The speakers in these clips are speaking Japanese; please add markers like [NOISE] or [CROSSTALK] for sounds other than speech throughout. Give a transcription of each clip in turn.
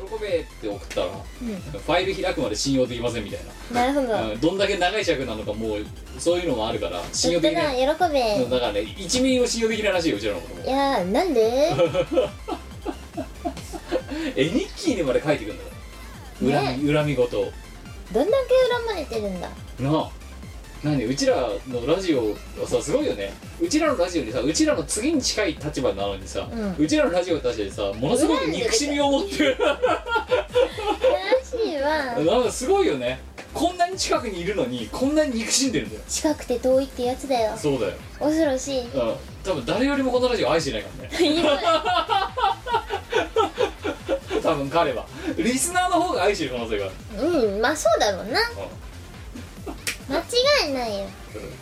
コメって送ったらうファイル開くまで信用できませんみたいん、なるほどな、うん、どんだけ長い尺なのかもうそういうのもあるから信用言っでたきないら喜べうんだからね1ミリも信用できないらしいようちらのこともいやーなんで絵日記にまで書いてくんだから恨み、恨み事をどんだけ恨まれてるんだなあ何うちらのラジオはさすごいよねうちらのラジオにさうちらの次に近い立場なのにさ、ううんちらのラジオに対してさものすごく憎しみを持ってる悲しいわなんかすごいよねこんなに近くにいるのにこんなに憎しんでるんだよ近くて遠いってやつだよそうだよ、恐 [LAUGHS] ろしいうん、多分誰よりもこのラジオ愛してないからね [LAUGHS] いや多分彼はリスナーの方が愛してる可能性がある、うんまあそうだろうなうん間違いないよ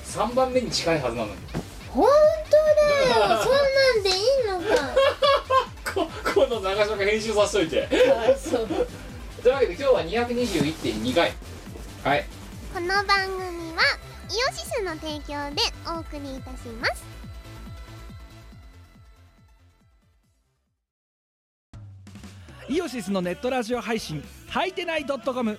3番目に近いはずなのに本当だ [LAUGHS] よそんなんでいいのかここの長尺編集させといて [LAUGHS] かわいそうというわけで今日は221.2回はいこの番組はイオシスの提供でお送りいたしますイオシスのネットラジオ配信「はいてない .com」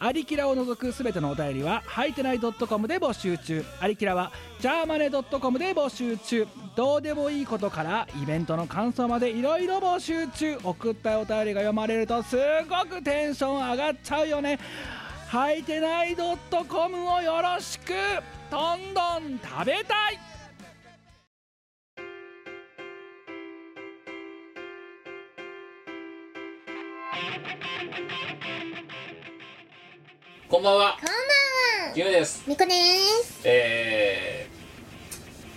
アリキラを除くすべてのお便りは、はいてない .com で募集中。アリキラは、ジャーマネ .com で募集中。どうでもいいことから、イベントの感想までいろいろ募集中。送ったお便りが読まれると、すごくテンション上がっちゃうよね。はいてない .com をよろしくどんどん食べたいこんばんはこんばんはゆめですみこですえ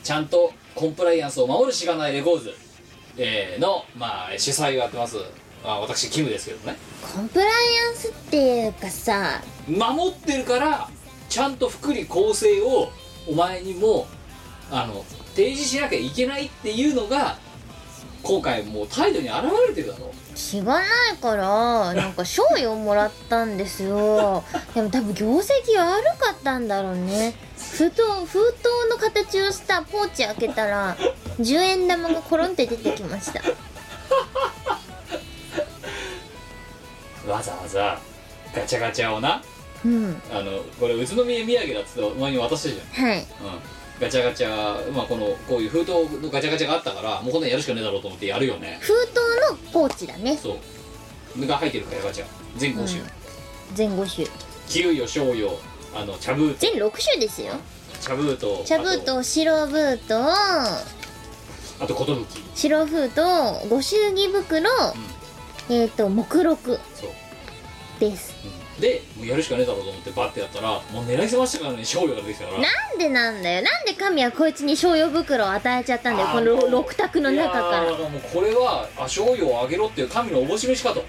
ー、ちゃんとコンプライアンスを守るしがないレコーズ、えーの、まあ、主催をやってます、まあ、私キムですけどねコンプライアンスっていうかさ守ってるからちゃんと福利厚生をお前にもあの提示しなきゃいけないっていうのが今回もう態度に表れてるだろ知らないからなんか賞与をもらったんですよでも多分業績悪かったんだろうね封筒封筒の形をしたポーチ開けたら10円玉がコロンって出てきましたわざわざガチャガチャをなうんあのこれ宇都宮土産だっつってお前に渡したじゃんはいうんガチャガチャ、まあ、このこういう封筒のガチャガチャがあったからもうこんなんやるしかねえだろうと思ってやるよね封筒のポーチだねそうが入ってるからガチャ全5種、うん全5種給与賞与あの茶封全6種ですよ茶封筒茶封あと筒白封筒あと寿白封筒ご祝儀袋、えっ、と目録そうですでもうやるしかねえだろうと思ってバッてやったらもう狙いすましたからね勝利が出てきたからなんでなんだよなんで神はこいつに醤油袋を与えちゃったんだよあこーのもう6択の中かいやらーだからもうこれはあ勝利をあげろっていう神のおぼし飯かと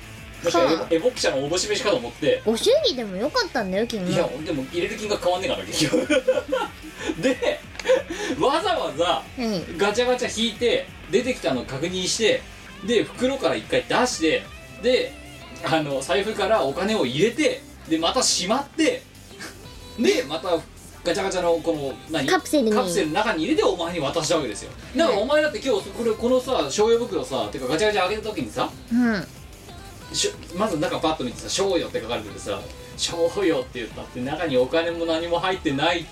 もしくははエボエボッキちゃんのおぼし飯かと思って、ご祝儀でもよかったんだよ君いやでも入れる金額変わんねえから結局 [LAUGHS] でわざわざはいガチャガチャ引いて出てきたの確認してで袋から一回出してであの財布からお金を入れてでまたしまってでまたガチャガチャのこの何カプセルにカプセルの中に入れてお前に渡したわけですよだからお前だって今日これこのさ醤油袋さてかガチャガチャ開けた時にさうんしょまず中パッと見てさ「賞与」って書かれててさ「賞与」って言ったって中にお金も何も入ってないっ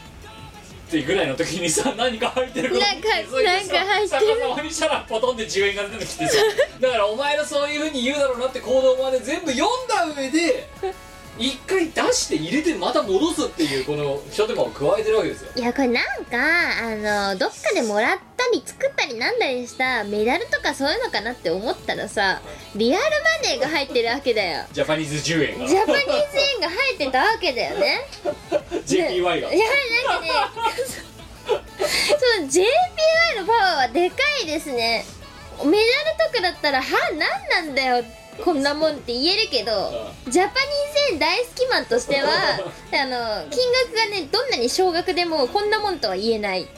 てぐらいの時に [LAUGHS] さ何か入ってることに気づいなんかさなんか入ってる逆さまにしたらポトンって10円が出てきてさだからお前のそういうふうに言うだろうなって行動まで全部読んだ上 [LAUGHS] で一回出して入れてまた戻すっていうこの一手間を加えてるわけですよいやこれなんかあのどっかでもらったり作ったりなんだりしたメダルとかそういうのかなって思ったらさリアルマネーが入ってるわけだよジャパニーズ10円がジャパニーズ円が入ってたわけだよね JPY がいやなんかね [LAUGHS] その JPY のパワーはでかいですねメダルとかだったら「は何なんだよこんなもん」って言えるけどジャパニーズ円大好きマンとして [LAUGHS] はあの金額がねどんなに少額でもこんなもんとは言えない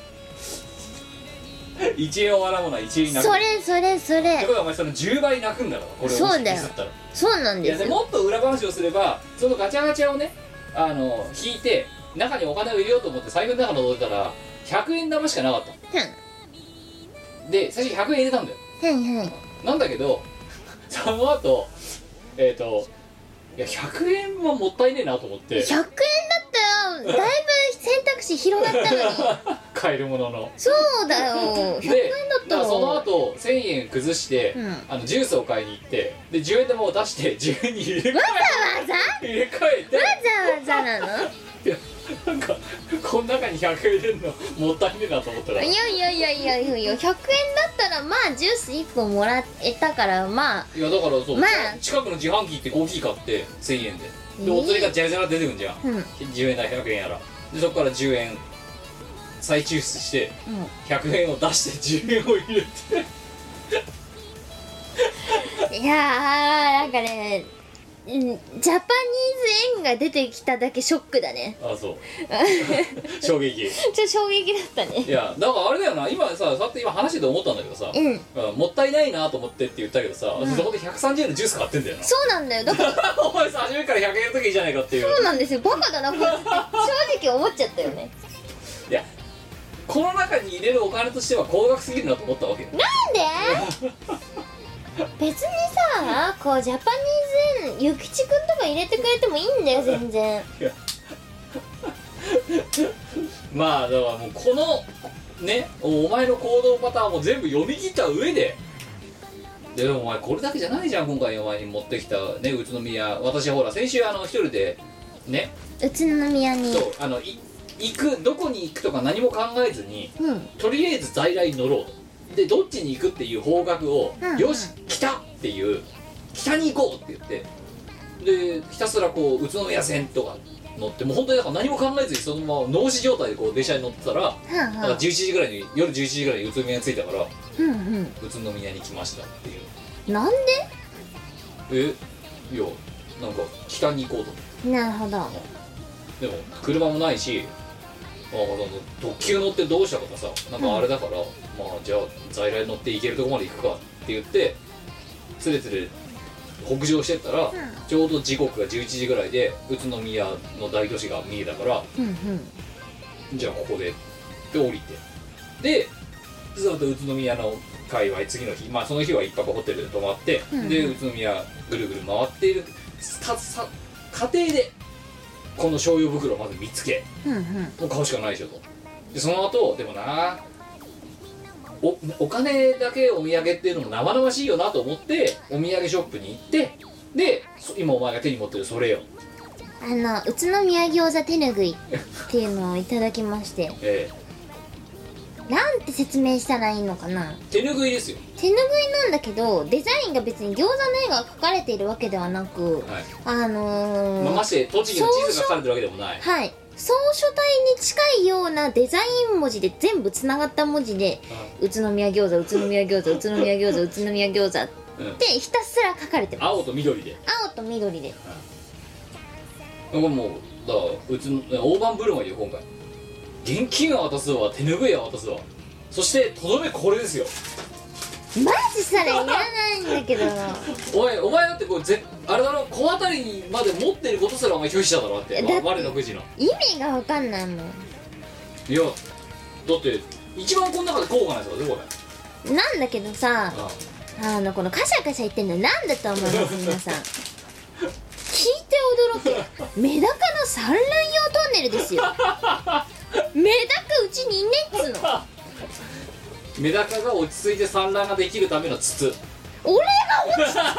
一円を笑うものは一円になるそれそれそってれことはお前その10倍泣くんだからこれをそうだよミスったらそうなんいやでですよもっと裏話をすればそのガチャガチャをねあの引いて中にお金を入れようと思って財布の中の覗いたら100円玉しかなかったのふんで最初100円入れたんだよふんふんなんだけど [LAUGHS] その後えっ、といや100円はもったいねえなと思って100円だったらだいぶ選択肢広がったのに [LAUGHS] 買えるもののそうだよ100円だでったらその後1000円崩して、うんあのジュースを買いに行ってで10円玉を出して10円に [LAUGHS] 入れ替わざわえ入れ替えてざわざわざなのいやなんかこの中に100円入れるのもったいねえなと思ったらいやいやいやいやいやいや100円だったらまあジュース1個もらえたからまあいやだからそう、まあ近くの自販機行ってコーヒー買って1000円でえでーお釣りがじゃらじゃら出てくるんじゃんうんうん10円だ100円やらでそこから10円再抽出して100円を出して10円を入れて [LAUGHS] いやーなんかねうんジャパニーズ円が出てきただけショックだねあそう [LAUGHS] 衝撃ちょっと衝撃だったいねやだからあれだよな今さそうやって今話してて思ったんだけどさ、うんうんもったいないなと思ってって言ったけどさ、そこで130円のジュース買ってんだよな [LAUGHS] そうなんだよだからお前さ初めから100円の時いいじゃないかっていうそうなんですよバカだなこいつって正直思っちゃったよねいやこの中に入れるお金としては高額すぎるなと思ったわけよなんで別にさこうジャパニーズ円ゆきちくんとか入れてくれてもいいんだよ全然まあだからもうこのねお前の行動パターンも全部読み切った上でででもお前これだけじゃないじゃん今回お前に持ってきたね宇都宮私ほら先週あの一人でね宇都宮にそうあのい行くどこに行くとか何も考えずにうんとりあえず在来に乗ろうとでどっちに行くっていう方角を、うんうんよし北っていう北に行こうって言ってでひたすらこう宇都宮線とか乗ってもう本当にだから何も考えずにそのまま脳死状態でこう電車に乗ってたらはんなんはか11時ぐらいに夜11時ぐらいに宇都宮に着いたからうんうん宇都宮に来ましたっていうなんえいやなんか北に行こうと思っでなるほどてでも車もないしああの特急乗ってどうしたかとかさなんかあれだから、まあじゃあ在来乗って行けるとこまで行くかって言ってつれつれ北上してったら、ちょうど時刻が11時ぐらいで宇都宮の大都市が見えたからうんうんじゃあここでで降りてでずっと宇都宮の界隈次の日まあその日は一泊ホテルで泊まって、うんうんで宇都宮ぐるぐる回っているたさ家庭でこの醤油袋をまず見つけうんうんもう買うしかないでしょとでその後でもなおお金だけお土産っていうのも生々しいよなと思ってお土産ショップに行ってでそ今お前が手に持ってるそれよ、あの宇都宮餃子手ぬぐいっていうのをいただきましてえなんて説明したらいいのかなー手ぬぐいですよ、手ぬぐいなんだけどデザインが別に餃子の絵が描かれているわけではなくはいあのまあーまして栃木の地図が書かれてるわけでもないはい草書体に近いようなデザイン文字で全部つながった文字で宇都宮餃子宇都宮餃子宇都宮餃子宇都宮餃子っうんてひたすら書かれてます青と緑で青と緑でこれもうだからうちの大盤振る舞いよ今回現金は渡すわ手拭いは渡すわそしてとどめこれですよマジそれいらないんだけどなおいお前だってこれぜあれだろ小当たりまで持ってることすらお前拒否しただろだってだってわ我のくじの意味がわかんないもんいやだって一番この中で効果ないですからねこれなんだけどさああのこのカシャカシャ言ってんのなんだと思います皆さん聞いて驚けメダカの産卵用トンネルですよメダカうちにいねっつうのメダカが落ち着いて産卵ができるための筒俺が欲しいのが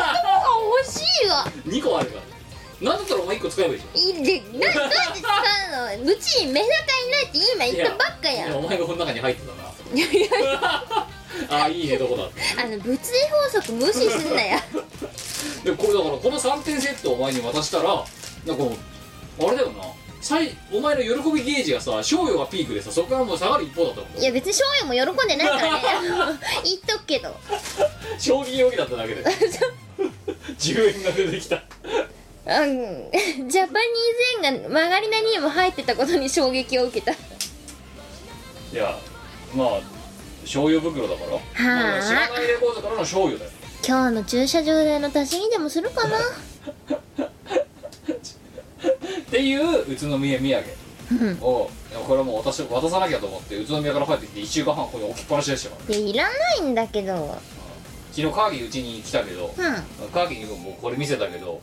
欲しいわ2個あるからなんだったらお前1個使えばいいじゃんいいでなどうやって使うのうちにメダカいないって今言ったばっかやんいいお前がこの中に入ってやいやたなあいいねどこだってあの物理法則無視すんなよでこれだからこの3点セットをお前に渡したらなんかもうあれだよな最お前の喜びゲージがさ賞与がピークでさそこからもう下がる一方だったもんいや別に翔也も喜んでないからね [LAUGHS] 言っとくけど将棋容疑だっただけ [LAUGHS] [LAUGHS] で10円が出てきたうん、ジャパニーズ円が曲がりなにも入ってたことに衝撃を受けたいやまあ醤油袋だからだから知らないレコードからの醤油だよ今日の駐車場代の足しにでもするかなっていう宇都宮土うん産をいやこれはもう渡し渡さなきゃと思って宇都宮から帰ってきて1週間半ここに置きっぱなしでしたからいやいらないんだけど昨日カーギーうちに来たけどうんカーギーにもうこれ見せたけど、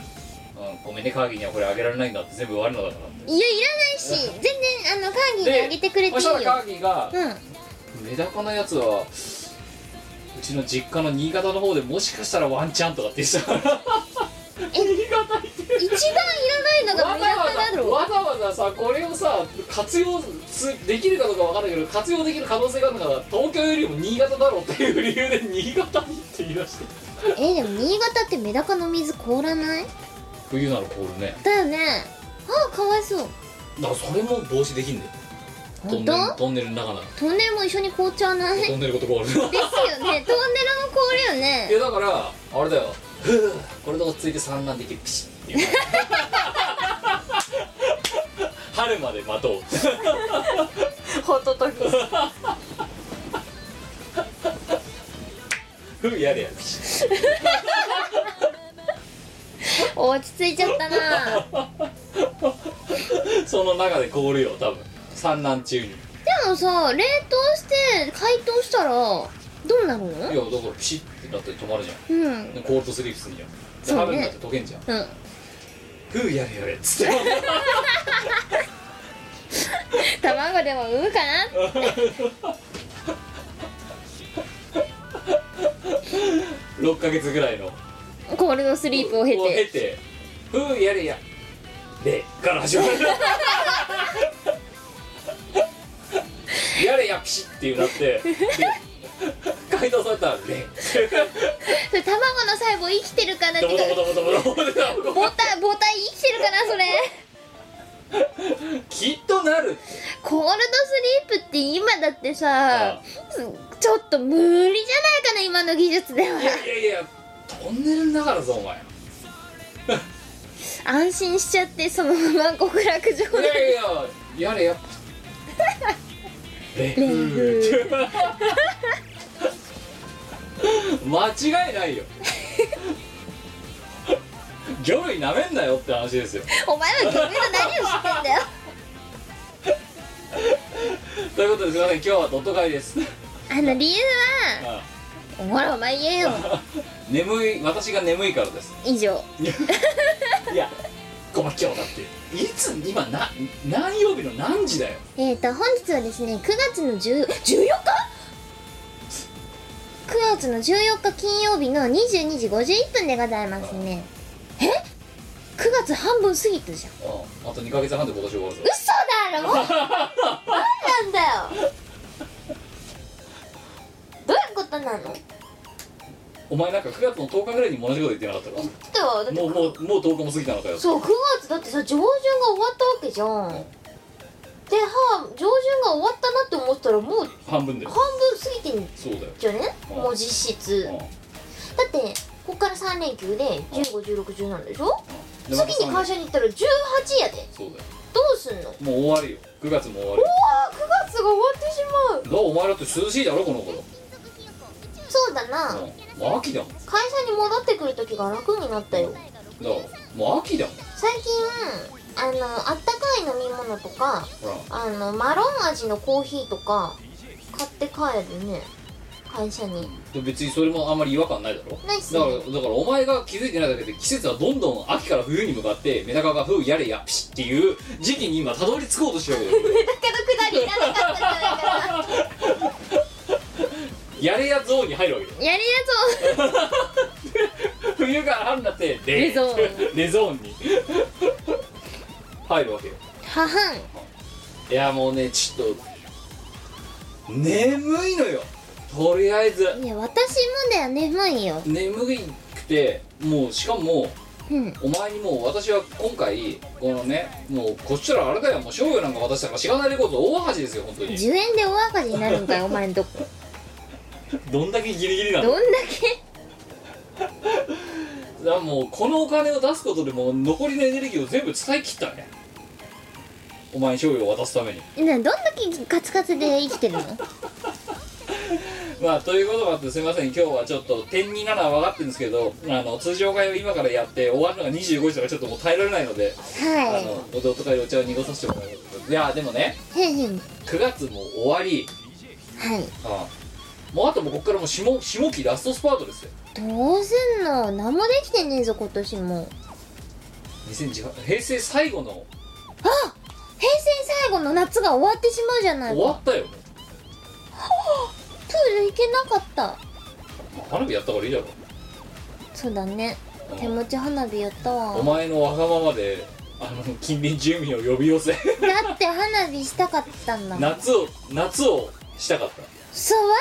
うん、ごめんねカーギーにはこれあげられないんだって全部言われるのだからっていやいらないし全然あのカーギーにあげてくれてそいいしたらカよーギーがうんメダカのやつはうちの実家の新潟の方でもしかしたらワンチャンとかって言ってたから新潟行って一番いらないのがわメざダカだろわざわざわざわざさこれをさ活用すできるかどうかわからないけど活用できる可能性があるのから東京よりも新潟だろうっていう理由で新潟にって言い出してえでも新潟ってメダカの水凍らない冬なら凍るねだよねああかわいそうだからそれも防止できんだよトン本ネル当トンネルの中ならトンネルも一緒に凍っちゃわないですトよねンネルごと凍る [LAUGHS] トンネルも凍るよいやねだからあれだよふうこれとこついて産卵できるピシッっていう春まで待とうホットトギふうやれやピシッ落ち着いちゃったなその中で凍るよ多分産卵中にでもさ冷凍して解凍したらどうなるのいやだからピシッってなって止まるじゃんうんでコールドスリープするじゃんでそうね春になって溶けんじゃんうんふうやれやれっつって卵でも産むかなって6ヶ月ぐらいのコールドスリープを経を経ててふうやれやれから始まるやれやピシッっていうなってで解凍されたら「れ」それ卵の細胞生きてるかなってドかボドボドボドボドボドボドボ母体母体生きてるかなそれきっとなるってコールドスリープって今だってさあちょっと無理じゃないかな今の技術ではいやいやいやトンネルの中だぞお前安心しちゃってそのまま極楽浄いや土いややれやレフ間違いないよ魚類なめんなよって話ですよお前は魚類の何を知ってんだよということですいません今日はドット会ですあの理由はあほらお前言えよ [LAUGHS] 眠い私が眠いからです以上いや [LAUGHS] いやごめん今日だっていつ今な何曜日の何時だよえーと本日はですね9月の10 14日9月の14日金曜日の22時51分でございますねえ9月半分過ぎたじゃんああと2ヶ月半で今年終わるぞ嘘だろ何なんだよどういうことなのだって [LAUGHS] お前なんか9月の10日ぐらいにも同じこと言ってなかったかだってもうもうもう10日も過ぎたのかよそう9月だってさ上旬が終わったわけじゃんでは上旬が終わったなって思ったらもう半半分分だよ過ぎてんそうだよじゃねうんもう実質だってこっから3連休で151617でしょうん次に会社に行ったら18やでそうだよどうすんのもう終わりよ9月も終わりよああ9月が終わってしまうだからお前だって涼しいだろこの頃そうだなうんもう秋だもんだか会社に戻ってくる時が楽になったよらもう秋だもん最近あのあったかい飲み物とかほらあのマロン味のコーヒーとか買って帰るね会社にで別にそれもあんまり違和感ないだろないっすだねからだからお前が気づいてないだけで季節はどんどん秋から冬に向かってメダカが風やれやピシッっていう時期に今たどり着こうとしてるわけだよだけどくだりいらなかったじゃないかなやれやゾーンに入るわけだよやりや冬から春になってレレゾーンレゾーンに入るわけよそうははんいやもうねちょっと眠いのよとりあえずいや私もだよ眠いよ眠いくてもうしかもうんお前にもう私は今回このねもうこっちらあれだよもう醤油なんか渡したからしがないレコード大赤字ですよ本当に10円で大赤字になるんかいお前んと [LAUGHS] こどんだけギリギリなどのんだけだからもうこのお金を出すことでもう残りのエネルギーを全部使い切ったねお前に醤油を渡すためになどんだけカツカツで生きてるのまあということもあってすみません今日はちょっと点に7は分かってるんですけどあの通常会を今からやって終わるのが25時とかちょっともう耐えられないので、あはのお堂とかでお茶を濁させてもらいますいやでもねいへんへん9月も終わりはいああもうあともうここからもう下下期ラストスパートですよどうすんの何もできてねえぞ今年も2018平成最後の平成最後の夏が終わってしまうじゃない終かわったよねプール行けなかった花火やったからいいだろそうだねうん手持ち花火やったおわ前のわがままであの近隣住民を呼び寄せだって花火したかったんだもん夏を夏をしたかったそうわ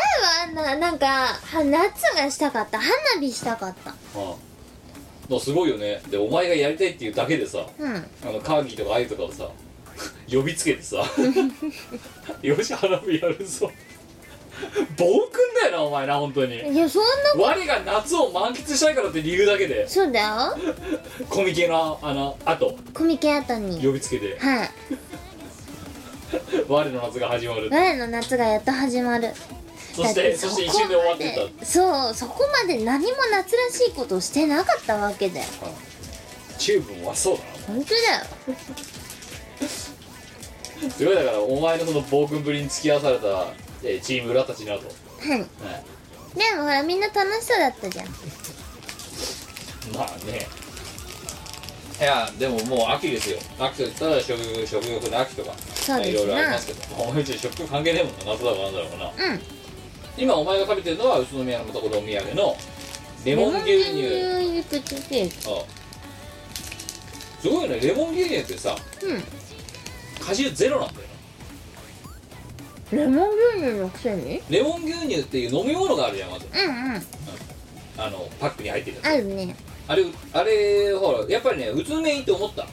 いわななんかは夏がしたかった花火したかったああすごいよねでお前がやりたいっていうだけでさうんあのカーギーとかアユとかをさ [LAUGHS] 呼びつけてさ「よし花火やるぞ」暴君だよなお前な本当にいやそんな我が夏を満喫したいからって理由だけでそうだよコミケのあの後コミケ後に呼びつけてはい「我の夏が始まる」我の夏がやっと始まるそしだってそして一瞬で終わってったこまでそうそこまで何も夏らしいことをしてなかったわけだよチューブもはそうだ本当だよなすごいだからお前のその暴君ぶりに付き合わされた、えーチーム裏たちなど、はいはいでもほらみんな楽しそうだったじゃんまあねいやでももう秋ですよ秋と言ったら食欲食欲の秋とかそういでろいすろありまなすけどお前うち食欲関係ねえもんな夏だかなんだろうなうん今お前が食べてるのは宇都宮のところお土産のレモン牛乳レモン牛乳プチケーあすごいよねレモン牛乳ってさキうん果汁ゼロなんだよなレモン牛乳のくせにレモン牛乳っていう飲み物があるじゃんまずうんうんあのパックに入ってるやつあるねあれあれほらやっぱりね宇都宮いいと思った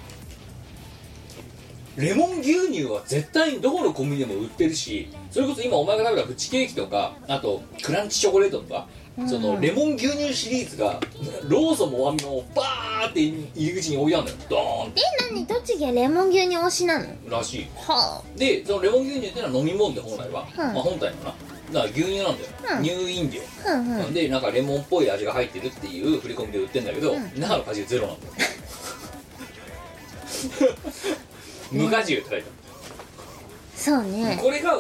レモン牛乳は絶対にどこのコンビニでも売ってるしそれこそ今お前が食べたフチケーキとかあとクランチチョコレートとかそのレモン牛乳シリーズがローソンもワンミもバーって入り口に置いてあるんだよドーンってえ何栃木はレモン牛乳推しなのらしいはでそのレモン牛乳っていうのは飲み物で本来は、うんまあ本体のなだから牛乳なんだよ、うん乳飲料あうんうんでなんかレモンっぽい味が入ってるっていう振り込みで売ってんだけど、中の果汁ゼロなんだよ無果汁って書いてそうある、ねこれが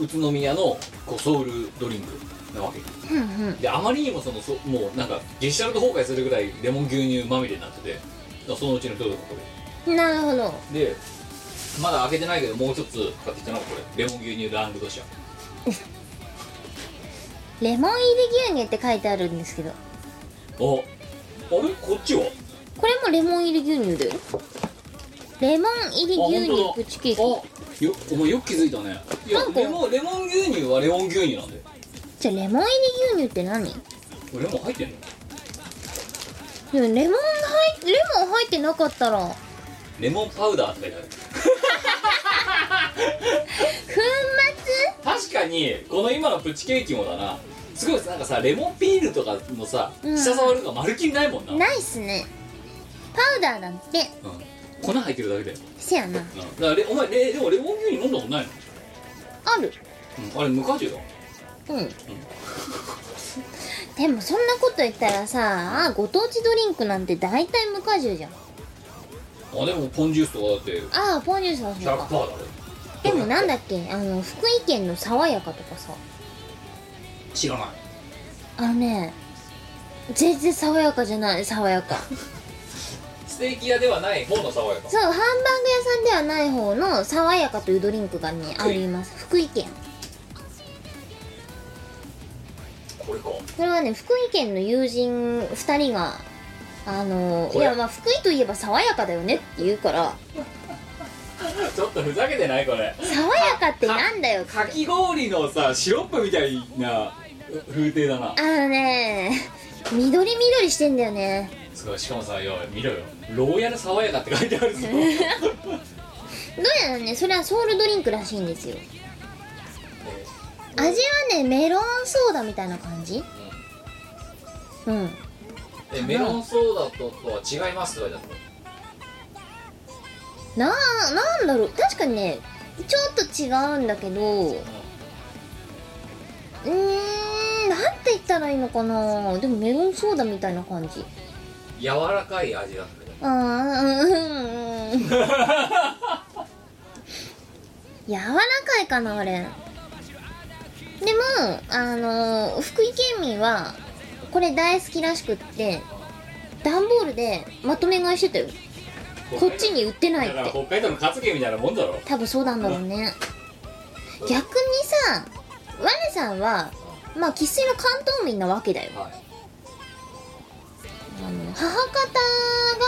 宇都宮のこうソウルドリンクなわけうんうんであまりにもそのそもうなんかゲシュタルト崩壊するぐらいレモン牛乳まみれになっててだからそのうちの一つがこなるほどれでまだ開けてないけどもう一つ買ってきたのがこれレモン牛乳ラングドシャレモン入り牛乳って書いてあるんですけどおあれこっちはこれもレモン入り牛乳だよレモン入り牛乳プチケーキあよお前よく気づいたねいやなんかレモンレモン牛乳はレモン牛乳なんだよじゃあレモン入り牛乳って何でもこれレモン入ってんのレモン入っレモン入ってなかったら粉レモンパウダーって書いてある確末かにこの今のプチケーキもだなすごいなんかさレモンピールとかのさうん下触るとかまるっきりないもんな、うん、ないっすねパウダーだって粉入ってるだけだよ、せやなうん、だからレお前レでもレモン牛乳飲んだことないの、あるうん、あれ無果汁だうんでもそんなこと言ったらさご当地ドリンクなんて大体無果汁じゃんあでもポンジュースとかだってああポンジュースはそう100%かだろでもなんだっけあの福井県の爽やかとかさ知らないあのね全然爽やかじゃない爽やかステーキ屋ではない方の爽やかそうハンバーグ屋さんではない方の爽やかというドリンクがねあります福井県これか [LAUGHS] これはね福井県の友人2人があのいこれやまあ福井といえば爽やかだよねって言うからちょっとふざけてないこれ爽やかってなんだよってかき氷のさシロップみたいなう風景だなあのね緑緑してんだよねすごいしかもさよ見ろよ牢屋の爽やかって書いてあるぞどうやらねそれはソウルドリンクらしいんですよ [LAUGHS] 味はねメロンソーダみたいな感じうんえメロンソーダととは違いますって書いてあるなあなんだろう確かにねちょっと違うんだけどうーんなんて言ったらいいのかなでもメロンソーダみたいな感じ柔らかい味がするあーうんうんうん柔ら [LAUGHS] かいかなあれでもあのー福井県民はこれ大好きらしくって段ボールでまとめ買いしてたよこっちに売ってないだからって北海道のカツゲみたいなもんだろ多分そうなんだろうね逆にさ我さんはまあ生粋の関東民なわけだよはいあの母方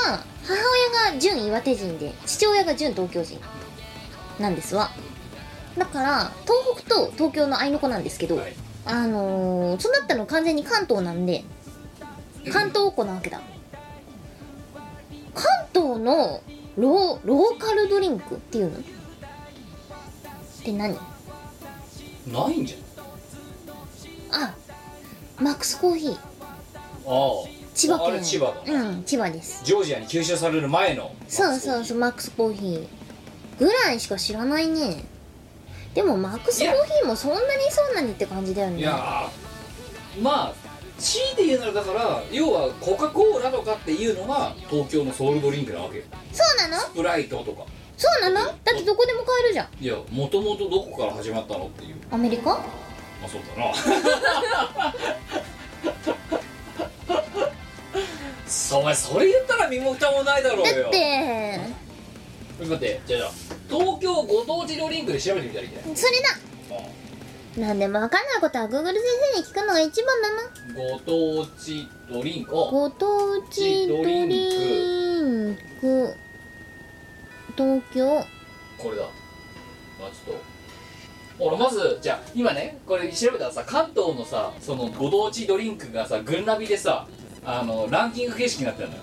が母親が純岩手人で父親が純東京人なんですわだから東北と東京の合いの子なんですけど、はいあのー、そうなったの完全に関東なんで関東っ子なわけだ関東のローローカルドリンクっていうのって何ないんじゃんあマックスコーヒーああ千葉県あれ千葉だ、うん千葉ですジョージアに吸収される前のそうそうそうマックスコーヒーぐらいしか知らないねでもマックスコーヒーもそんなにそんなにって感じだよねいやーまあ C で言うならだから要はコカ・コーラとかっていうのが東京のソウルドリンクなわけよそうなのスプライトとかそうなのだってどこでも買えるじゃんいやもともとどこから始まったのっていうアメリカまあそうだな [LAUGHS] そうお前それ言ったら身も蓋もないだろうだよって待ってじゃあじゃあ東京ご当地ドリンクで調べてみたらいいんじゃないそれあだなんでもわかんないことはグーグル先生に聞くのが一番だなご当地ドリンクあご当地ドリンク東京これだまあちょっと俺まずじゃあ今ねこれ調べたらさ関東のさそのご当地ドリンクがさグルナビでさあのランキング形式になってるのよ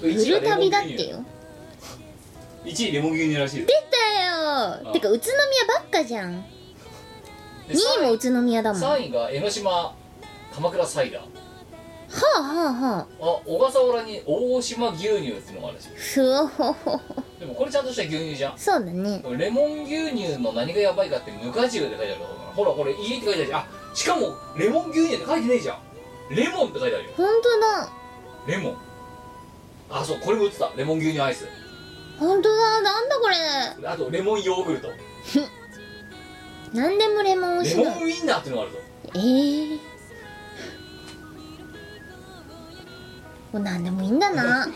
グル旅だってよよ1位レモン牛乳らしいよだあよてか宇都宮ばっかじゃんで2位も宇都宮だもんは3位が江ノ島鎌倉サイダーあはあはああ小笠原に大島牛乳っていうのがあるらしいふおほほほでもこれちゃんとした牛乳じゃんそうだねレモン牛乳の何がやばいかって無果汁で書いてあるからほらこれ家って書いてあるじゃんあしかもレモン牛乳って書いてねえじゃんレモンって書いてあるよほんとだレモンあそうこれも売ってたレモン牛乳アイスほんとだなんだこれあとレモンヨーグルトレなんでもレモン推しモのンウインナーっていうのがあるぞえー、もうなんでもいいんだな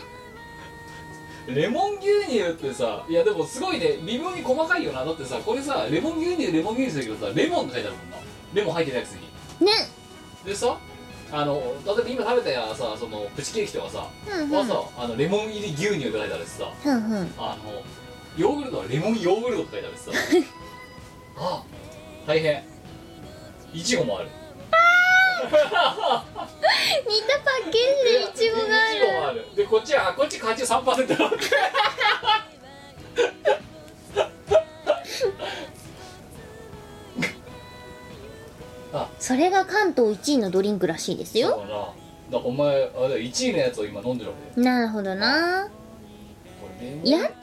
レモン牛乳ってさいやでもすごいね微妙に細かいよなだってさこれさレモン牛乳レモン牛乳だけどさレモンって書いてあるもんなレモン入ってないくせにねでさあの例えば今食べたやさそのプチケーキとかさ、うんうはんさあのレモン入り牛乳って書いてあるしさふんふんあのヨーグルトはレモンヨーグルトって書いてあ [LAUGHS] るしさあ大変いちごもある似たパッケージでイチゴがいちごもあるでこっちはあこっち果汁3%だそれが関東1位のドリンクらしいですそうよだなだからお前あれだよ1位のやつを今飲んでるわけだよなるほどなこれレモンやっと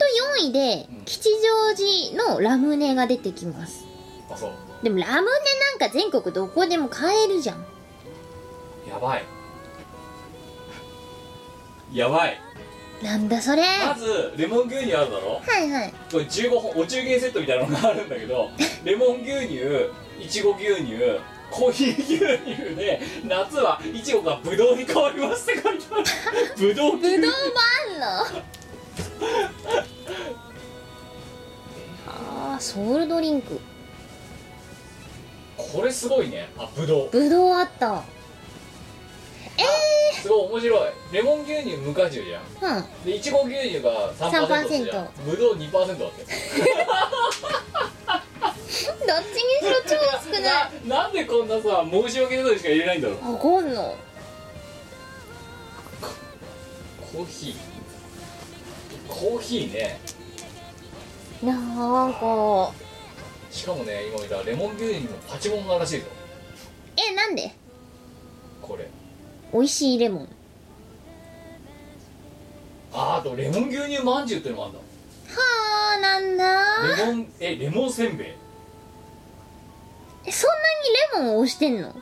4位で吉祥寺のラムネが出てきますあそうでもラムネなんか全国どこでも買えるじゃんやばいやばいなんだそれまはずレモン牛乳あるだろいはいこれ15本お中元セットみたいなのがあるんだけ [LAUGHS] どレモン牛乳いちご牛乳コーヒー牛乳で夏はいちごがぶどうに変わりますって書いて [LAUGHS] あるぶどうぶ牛乳どうもあんのあーソウルドリンクこれすごいねあぶどうぶどうあったすごい面白いレモン牛乳無果汁じゃんうんでいちご牛乳が3%じゃんぶどう2%だってどっちにしろ超少ないななんでこんなさ申し訳ないとしか言えないんだろうわかんのコーヒーコーヒーねなんかしかもね今見たらレモン牛乳のパチモンがらしいぞえなんでこれ美味しいレモンあーあとレモン牛乳まんじゅうってのもあんだはあなんだレモンえレモンせんべいえそんなにレモンを押してんの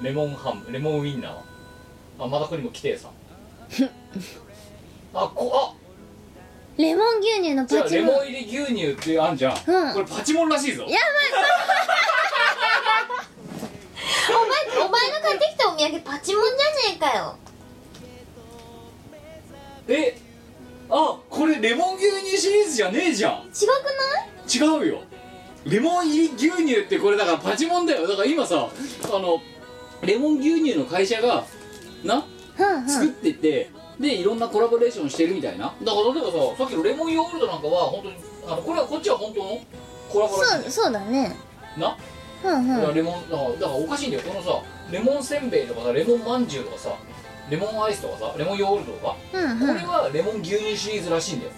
レモンハムレモンウインナーはあまだここにも来てえ [LAUGHS] さあこレモン牛乳のあじゃあパチレモンモン入り牛乳っていうあんじゃん、うんこれパチモンらしいぞやばいお前お前が買ってきたお土産パチモンじゃねえかよえあこれレモン牛乳シリーズじゃねえじゃん違く違うよレモン入り牛乳ってこれだからパチモンだよだから今さあのレモン牛乳の会社がなないうんうん作ってて、でいろんなコラボレーションしてるみたいなだから例えばささっきのレモンヨーグルトなんかは本当にあのこれはこっちは本当のコラボらしいんだそようそうだねな、うんだかうらんレモンだからだからおかしいんだよこのさレモンせんべいとかさレモンまんじゅうとかさレモンアイスとかさレモンヨーグルトとか、うんこれはレモン牛乳シリーズらしいんだよ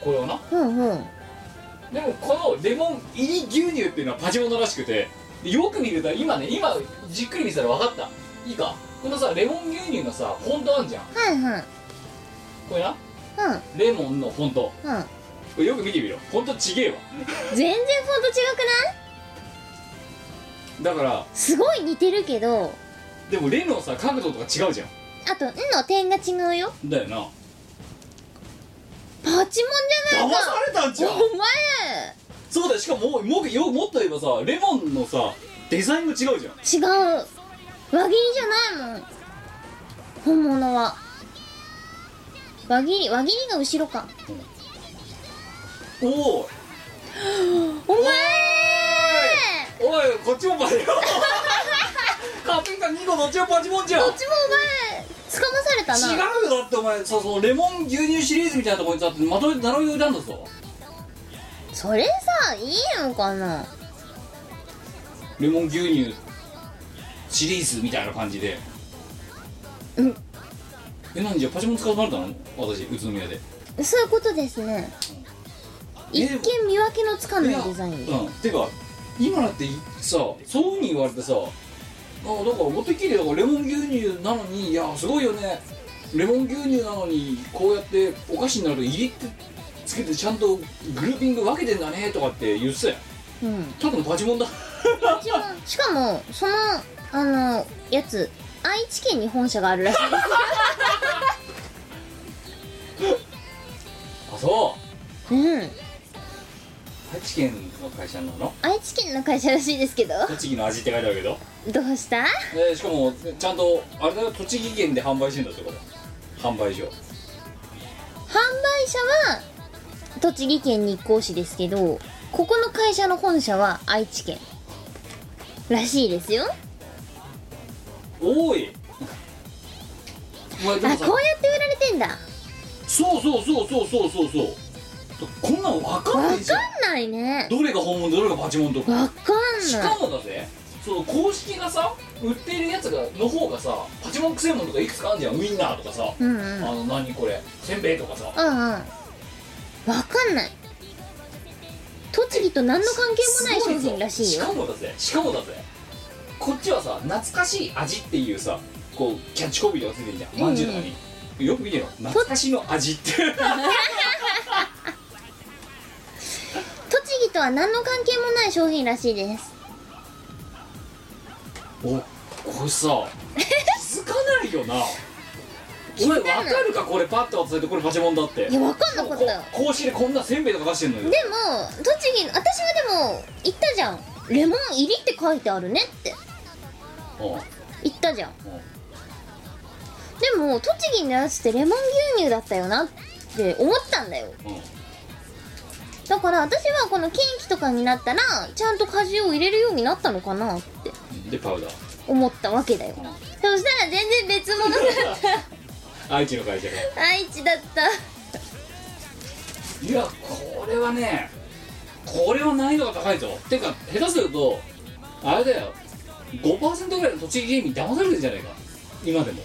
これはなうんうんうんでもこのレモン入り牛乳っていうのはパチモノらしくてでよく見ると今ね今じっくり見てたら分かったいいかこのさレモン牛乳のさフォントあんじゃんはいはいこれなうんレモンのフォントうんこれよく見てみろフォントちげえわ全然フォント違くなだいからすごい似てるけどでもレのさ角度とか違うじゃあと「ん」の点が違うよんだよなパチモンじゃ騙ないされたんじゃんかお前そうだよしかももうもうよもっと言えばさレモンのさデザインも違うじゃん違う輪切りじゃないもん本物は輪切り輪切りが後ろかおおお前おいこっちもバレ [LAUGHS] よカピカ2個どっちもパチモンじゃんどっちもお前捕まされた違なうよだってお前さそのレモン牛乳シリーズみたいなとこにさまとめて並べていたんだぞそれさいいのかなレモン牛乳シリーズみたいな感じでうんえ何じゃあパチモン使わされたの私宇都宮でそういうことですね一見見分けのつかないデザインいやうんてか今だっていさそういうふうに言われてさあだから持ってきりだからレモン牛乳なのにいやすごいよねレモン牛乳なのにこうやってお菓子になると入りってつけてちゃんとグルーピング分けてんだねとかって言ってたようんただのパチ [LAUGHS] モンだ一番しかもそのあのやつ愛知県に本社があるらしい [LAUGHS] であそうすうん愛知県の会社なの愛知県の会社らしいですけど栃木の味って書いてあるけど、どうしたえーしかもちゃんとあれだよ栃木県で販売してんだってこれ販売所販売者は栃木県日光市ですけどここの会社の本社は愛知県らしいですよおいお前あでこうやもさって売られてんだそうそうそうそうそうそうそうこんなん分かんわなかいじゃんんないねどれが本物どれがパチモンとかわかんしなかいもだぜその公式がさ売っているやつがの方がさパチモンくせえもんとかいくつかあるじゃんウインナーとかさ、うんうんあうんうんわの何これせんべいとかさかんない栃木と何の関係もない商すご品らしいぞよしかもだぜしかもだぜこっちはさ懐かしい味っていうさこうキャッチコピーとかついてるじゃんまんじゅうとかに、よく見てよ懐かしの味って栃木とは何の関係もない商品らしいですおこれさ気づかないよな俺わかるかこれパッと渡されてこれパチモンだっていやわかんなかったよこ公式でこんなせんべいとか出してんのよでも栃木の私はでも言ったじゃんレモン入りって書いてあるねってうん言ったじゃんうんでも栃木のやつってレモン牛乳だったよなって思ったんだようんだから私はこのケーキとかになったらちゃんと果汁を入れるようになったのかなってでパウダー思ったわけだよそしたら全然別 [LAUGHS] 物だっ愛知の会社がた愛知だったいやこれはねこれは難易度が高いぞてか下手するとあれだよ5%ぐらいの栃木県民騙されてるんじゃないか今でも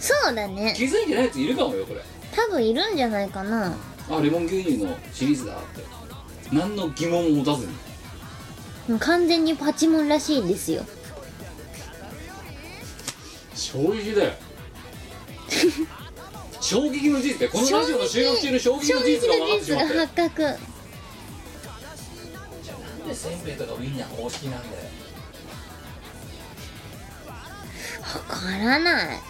そうだね気づいてないやついるかもよこれ多分いるんじゃないかなあレモン牛乳のシリーズだって何の疑問も持たずにもう完全にパチモンらしいですよ衝撃だよ衝撃の事実だよこのラジオの収録中の衝撃の事実が分かってしまっ衝撃たよの事実が発覚なんでせんべいとかウインナー公式なんだよからない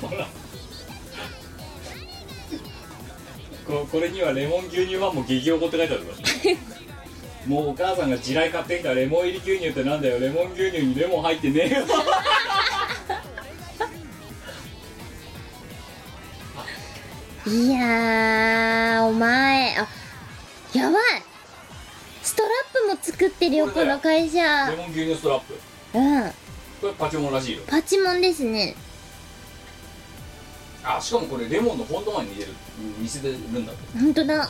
ほらここれにはレモン牛乳ファンも激おこって書いてあ [LAUGHS] るぞもうお母さんが地雷買ってきたレモン入り牛乳ってなんだよレモン牛乳にレモン入ってねえよいやーお前あやばいストラップも作ってるよここれだよの会社レモン牛乳ストラップうんこれパチモンらしいよパチモンですねあしかもこれレモンのフォントマンに似てる似せてるんだってほんとだ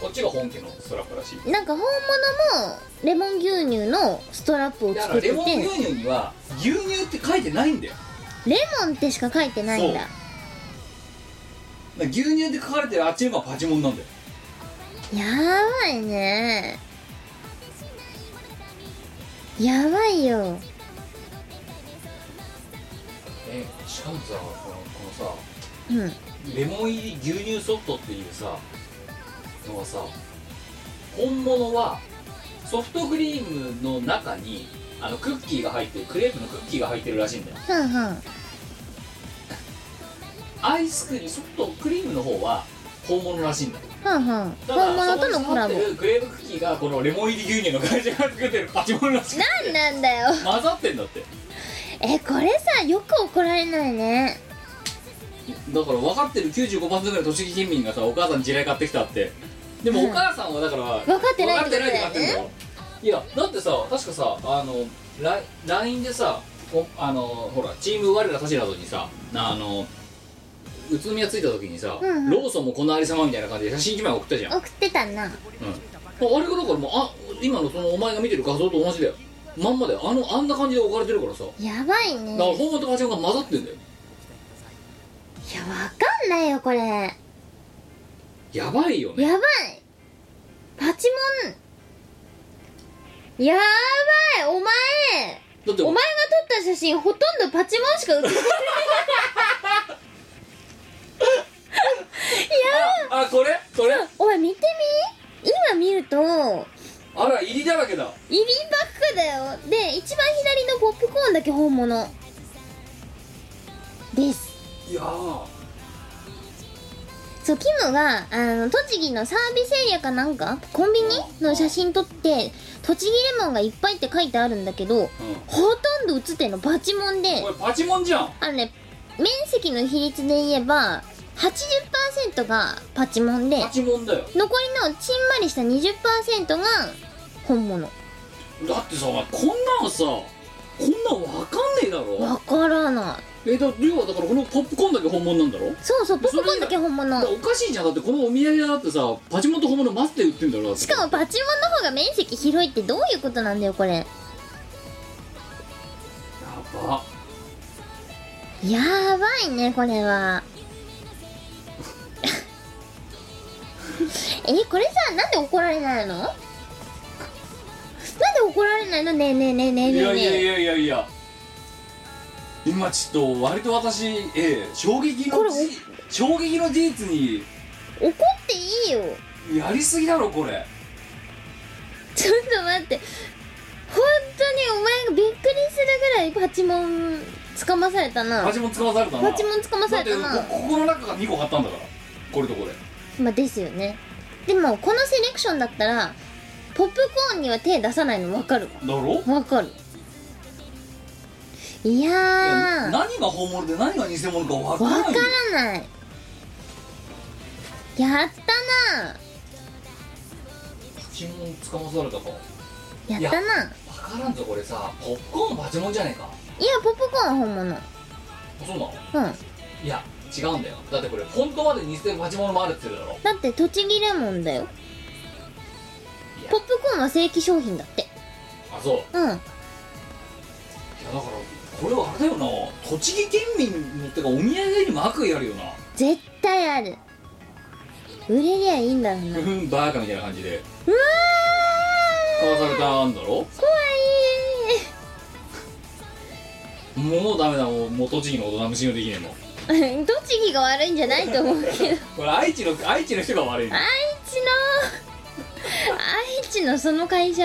こっちが本家のストラップらしいなんか本物もレモン牛乳のストラップをだか作らってレてモン牛乳には牛乳って書いてないんだよレモンってしか書いてないんだだから牛乳って書かれてるあっちの方がパチモンなんだよやばいねやばいよえしかもさこのこのさうんレモン入り牛乳ソフトっていうさのはさ本物はソフトクリームの中にあのクッキーが入ってるクレープのクッキーが入ってるらしいんだよふんふんアイスクリームソフトクリームの方は本物らしいんだよふんふんだから本物とのコラボそこに詰まってるクレープクッキーがこのレモン入り牛乳の会社が作ってるパチモンらしいなんなんだよ混ざってんだってえこれさよく怒られないねだから分かってる95%ぐらいの栃木県民がさお母さんに地雷買ってきたってでもうおん母さんはだから分かってない分かってないって買ってんだってよいやだってさ確かさあのラ LINE でさこあのほらチーム我らたちなどにさあの宇都宮着いた時にさ、うんうんローソンもこのありさまみたいな感じで写真1枚送ったじゃん、うん、あ送ってたなあれがだからもうあ今のそのお前が見てる画像と同じだよまんまであのあんな感じで置かれてるからさだかやばいねいらやわ本物とパチモンが混ざってんだよかんないよこれやばいよねやばいパチモンやばいお前だってお前が撮った写真ほとんどパチモンしか写って [LAUGHS] ないあこれこれお前見てみ今見るとあら入りだらけだ入りばっかだよで一番左のポップコーンだけ本物ですいやーそうキムがあの栃木のサービスエリアかなんかコンビニの写真撮って栃木レモンがいっぱいって書いてあるんだけどうんほとんど写ってんのパチモンでこれパチモンじゃんあのね面積の比率で言えば80%がパチモンでパチモンだよ残りのちんまりした20%が本物だってさお前こんなのさこんなんわかんねえだわろからないえだ要はだからこのポップコーンだけ本物なんだろそうそうポップコーンだけ本だから物おかしいじゃんだってこのお土産屋だってさパチモンと本物混ぜて売ってんだろだってしかもパチモンの方が面積広いってどういうことなんだよこれやばやばいねこれは [LAUGHS] えこれさなんで怒られないのなんで怒られないのねえねえねえねえいねやえいやいねやいやいや今ちょっと割と私ええ衝撃のこれおじ衝撃の事実にえ怒っていいよやりすぎだろこれちょっと待って本当にお前がびっくりするぐらいパチモンつかまされたなパチモン使わされたなパチモンつかまださっれてたこなここの中が2個買ったんだからこれとこれまあですよねでもこのセレクションだったらポップコーンには手出さないの分かるだろわ分かるいや何ーが本物で何が偽物か分分からないからないやったなパチモン捕まされたかやったないや分からんぞこれさポップコーンパチモンじゃねえかポップコーンは本物うそうなのんいや違うんだよだってこれフォントまで偽パチモンもあるって言ってるだろだって栃木レモンだよいやポップコーンは正規商品だってあそういうんやだからこれはあれだよな栃木県民のってかお土産にも悪意あるよな絶対ある売れりゃいいんだろうなう怖いんバーカみたいな感じで買わされたんだろもうダメだもうもう栃木の大人も信用できねえもん [LAUGHS] 栃木が悪いんじゃないと思うけど愛知のこれ愛知の愛知の人が悪いんだよ愛知のその会社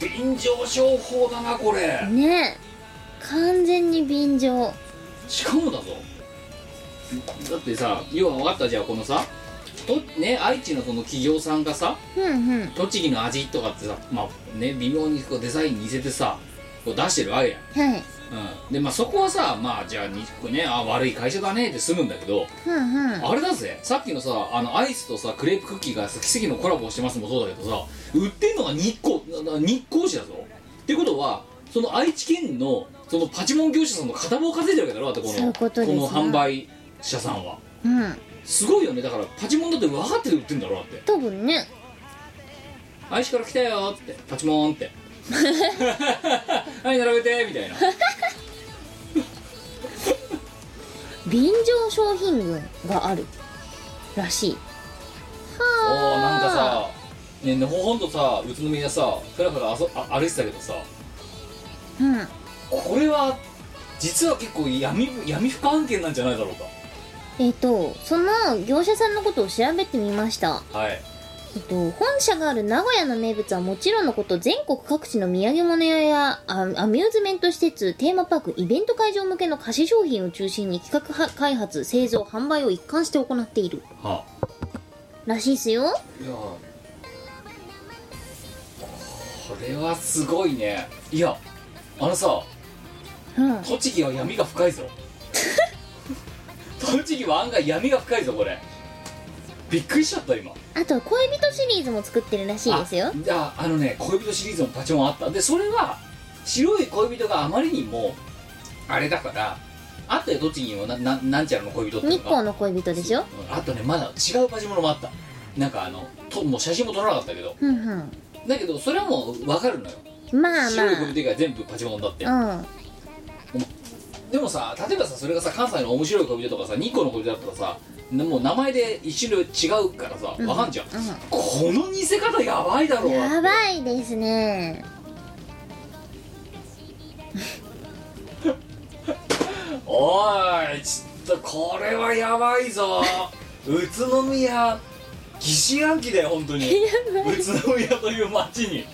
便乗商法だなこれねえ完全に便乗しかもだぞだってさ要は分かったじゃあこのさとね愛知のその企業さんがさうんうん栃木の味とかってさまあね微妙にこうデザインに似せてさこう出してるわけやん、はいうん、でまあそこはさまあじゃあにこうねあ悪い会社だねって済むんだけどうんうんあれだぜさっきのさあのアイスとさクレープクッキーがさ奇跡のコラボしてますもそうだけどさ売ってんのが日光なな日光市だぞってことはその愛知県のそのパチモン業者さんの片棒稼いでるわけだろだってこのそういうことですねこの販売者さんはうんすごいよねだからパチモンだって分かってて売ってんだろだって多分ね愛知から来たよってパチモンってはい並べてみ [LAUGHS] たいな便乗商品群があるらしいおーなんかさねねほほんとさ宇都宮さふらふらあそあ歩いてたけどさうんこれは実は結構闇闇深案件なんじゃないだろうえっ、とその業者さんのことを調べてみましたかはいえっと、本社がある名古屋の名物はもちろんのこと全国各地の土産物屋やあアミューズメント施設テーマパークイベント会場向けの菓子商品を中心に企画は開発製造販売を一貫して行っているはらしいですよいやこれはすごいねいやあのさうん栃木は闇が深いぞ栃木は案外闇が深いぞこれびっくりしちゃった今あと恋人シリーズも作ってるらしいですよあああのね恋人シリーズもパチモンあったでそれは白い恋人があまりにもあれだからあったよ栃木にもなななんちゃらの恋人ってい日うのが光の恋人でしょあとねまだ違うパチモノもあったなんかあのともう写真も撮らなかったけどふんふんだけどそれはもう分かるのよ、まあ白い恋人以外全部パチモノだって、まあでもさ例えばさそれがさ関西の面白い恋人とかさ日光の恋人だったらさなもう名前で一種類違うからさ分かんじゃん、うんうんこの似せ方やばいだろうんやばいですねおいちょっとこれはやばい [LAUGHS] ぞ宇都宮疑心暗鬼だよ本 [LAUGHS] 当に宇都宮という町に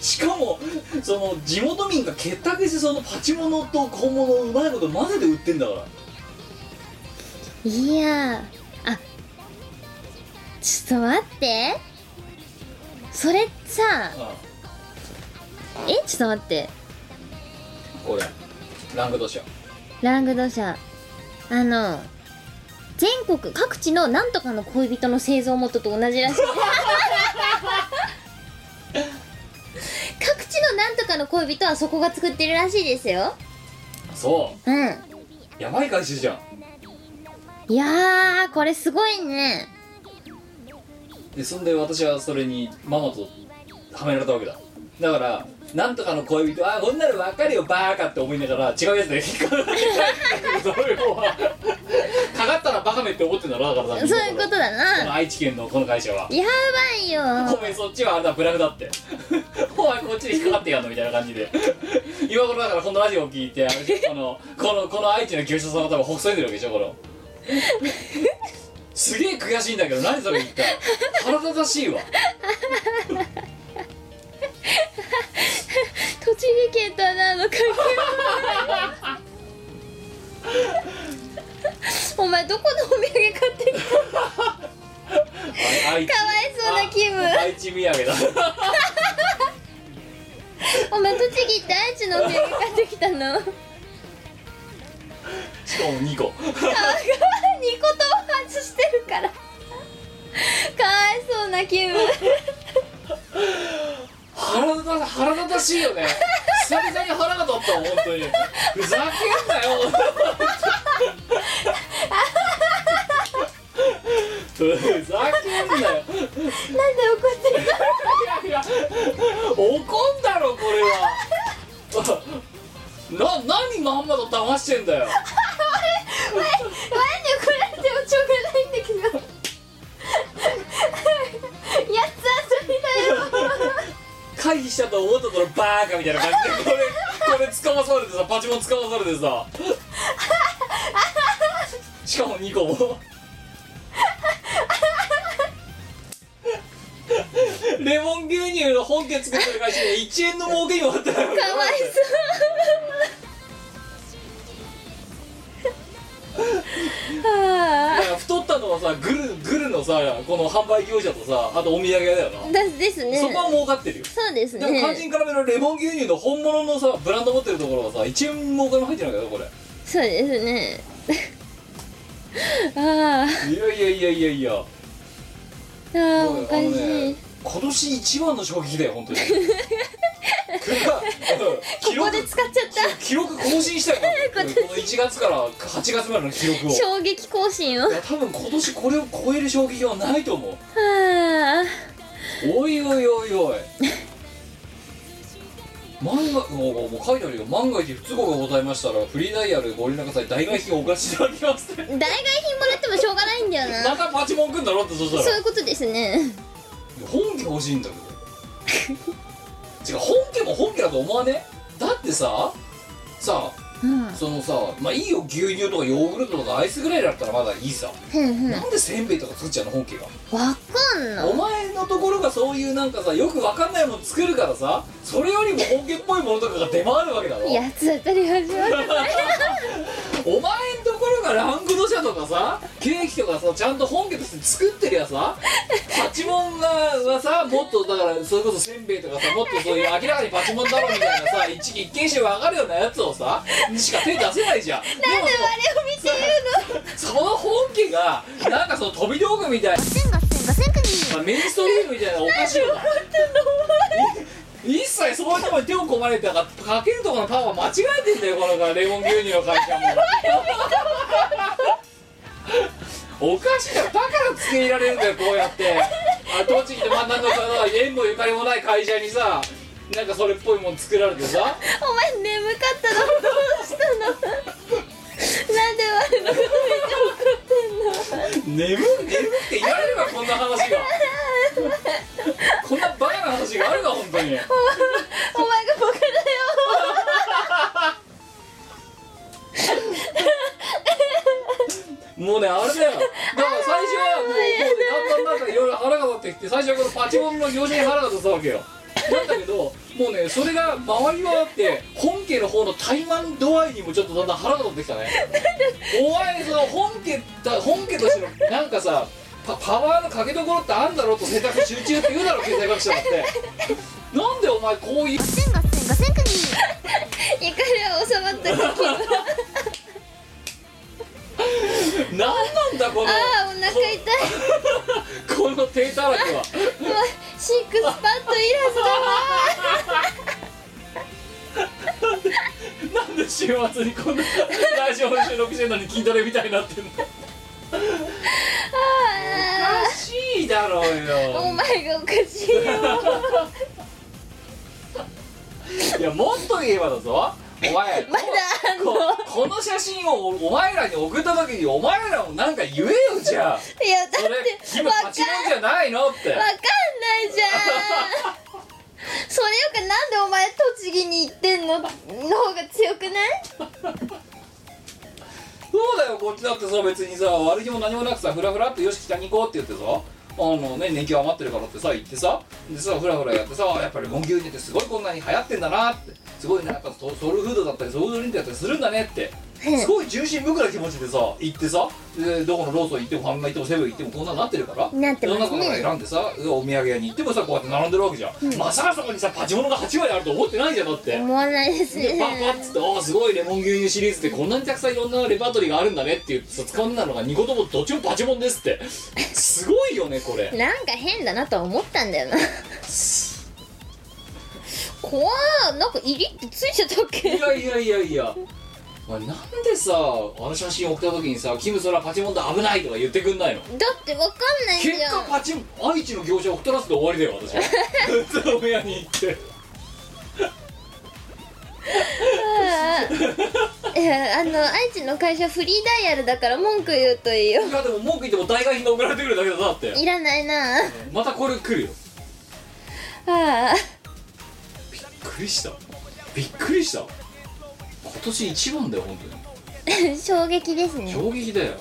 しかもその地元民が結託してそのパチモノと小物をうまいこと混ぜて売ってんだからいやーあちょっと待ってそれさあえちょっと待ってこれランクどうしよラングドシャあの全国各地のなんとかの恋人の製造元と同じらしい [LAUGHS] 各地のなんとかの恋人はそこが作ってるらしいですようそうんうやばい会社じゃんいやーこれすごいねでそんで私はそれにママとはめられたわけだだからなんとかの恋人あこんなの分かるよバーカって思いながら違うやつで引っかかってたけどそれはかかったらバカめって思ってんだろだからそういうことだこのな愛知県のこの会社はやばいよごめんそっちはあれだブラフだって [LAUGHS] お前こっちに引っかかってやんのみたいな感じで今頃だからこのラジオを聞いてあれでしょこのこのこの愛知の業者さんが多分ほくそいでるわけでしょこのすげえ悔しいんだけど何それ言った腹立たしいわ栃木県とは何の関係もないお前どこのお土産買ってきたあ愛知かわいそうな気分あ愛知土産だお前栃木行って愛知のお土産買ってきたのかわいいしかも2個二個とも外してるからかわいそうな気分腹立た腹立たしいよね久々に腹が立ったわ本当にふざけんなよふざけんなよなんで怒ってるいやいや怒んだろこれはな何まんまと騙してんだよなんで怒られてもしょうがないんだけどやつ遊びだよ回避したと思ったところバーカみたいな感じでこれこれつかまされてさパチモンつかまされて [LAUGHS] さしかも2個もレモン牛乳の本家作ってる会社で1円の儲けにもなってないわけかわいそうはだから太ったのはさグルグルのさこの販売業者とさあとお土産だよな、あですですねそこは儲かってるよそうですでも肝心ねからめのレモン牛乳の本物のさブランド持ってるところはさ1円もお金も入ってないからこれそうですね [LAUGHS] いあやいやいやいやいやーあもうーおかしあのねい今年一番の衝撃だよ本当に [LAUGHS] こ記ここ録で使っちゃっ記録更新したよこ [LAUGHS] の1月から8月までの記録をた衝撃更新をいや多分今年これを超える衝撃はないと思うはあおいおいおいおい万がもうもうもう書いてあるよ万が一不都合がございましたらフリーダイヤルご連絡ください大外品お貸しいただきますって [LAUGHS] 代替品もらってもしょうがないんだよまなたパチモンくんだろってそしたらそういうことですね本家欲しいんだけど [LAUGHS] 違う本家も本家だと思わねだってささうんそのさまあいいよ牛乳とかヨーグルトとかアイスぐらいだったらまだいいさ、ふんふんわなんでせんべいとか作っちゃうの本家がかんなおい前のところがそういうなんかさよくわかんないもの作るからさそれよりも本家っぽいものとかが出回るわけだろやつ当たり始 [LAUGHS] まったお前んところがラングド社とかさケーキとかさちゃんと本家として作ってりゃさパチモンがはさもっとだからそれこそせんべいとかさもっとそういう明らかにパチモンだろみたいなさ一一見して分かるようなやつをさにしか手出せないじゃんなんでなんであれを見て言うのその本家がなんかその飛び道具みたいなガセンガセンガセンクニーまあメインストリームみたいなおかしいよな一切そういうところに手を込まれてたからかけるところのパワー間違えてんだよこのレモン牛乳の会社 [LAUGHS] もおかしいだろだからつけ入れられるんだよこうやってあ栃木と真ん中の縁もゆかりもない会社にさなんかそれっぽいもん作られてさお前眠かったのどうしたのなんで我のことめっちゃ怒ってんの眠眠って言われればこんな話が [LAUGHS] こんなバカな話があるか本当にお前が僕だよもうねあれだよだから最初はもうもうねだんだんなんかいろいろ腹が立ってきて最初はこのパチモンの業者に腹が立ってたわけよなんだけどもうねそれが回り回って本家の方の怠慢度合いにもちょっとだんだん腹が立ってきたねお前その本家だ本家としてのなんかさパパワーのかけどころってあんだろうと選択集中って言うだろ経済学者だってなんでお前こういうガセンガセンガセンクニー [LAUGHS] 怒りは収まった [LAUGHS] 時何なんだこのああお腹痛いこの手たらけはもうシックスパッドいらずだわなんで週末にこんなラジオの収録してんのに筋トレみたいになってんのおかしいだろうおよ前がおかしいよいやもっと言えばだぞお前まだあのここの写真をお前らに送った時にお前らもなんか言えよじゃあいやだそれって今わかんパチモンじゃないのってわかんないじゃんそれよりかなんでお前栃木に行ってんのの方が強くないそうだよこっちだってさ別にさ悪気も何もなくさフラフラっと「よし北に行こう」って言ってさあのね年金余ってるからってさ行ってさでさフラフラやってさやっぱりモン牛乳ってすごいこんなに流行ってんだなってすごいなんかソソウルフードだったりソウルドリンクだったりするんだねってすごい重心無垢な気持ちでさ行ってさでどこのローソン行ってもファミマ行ってもセブン行ってもこんなになってるからなってま世のすね中から選んでさお土産屋に行ってもさこうやって並んでるわけじゃん、まさかそこにさパチモノが8割あると思ってないじゃんだって思わないですでパッパッねつって「おーすごいレモン牛乳シリーズってこんなにたくさんいろんなレパートリーがあるんだね」って言ってさ使うんなのが「ニコともどっちもパチモンです」ってすごいよねこれなんか変だなとは思ったんだよな怖ーなんか入りってついちゃったっいけやいやいやいやお前なんでさあの写真送った時にさ「キムソラパチモンだ危ない」とか言ってくんないのだってわかんないじ結ゃ果んパチン愛知の業者を太らせて終わりだよ私はずっとお部屋に行って [LAUGHS] いやあの愛知の会社フリーダイヤルだから文句言うといいよいやでも文句言っても代替品が送られてくるだけだぞだっていらないなあまたこれ来るよあ [LAUGHS] びっくりしたびっくりした今年一番だよ本当にー衝撃ですね衝撃だよ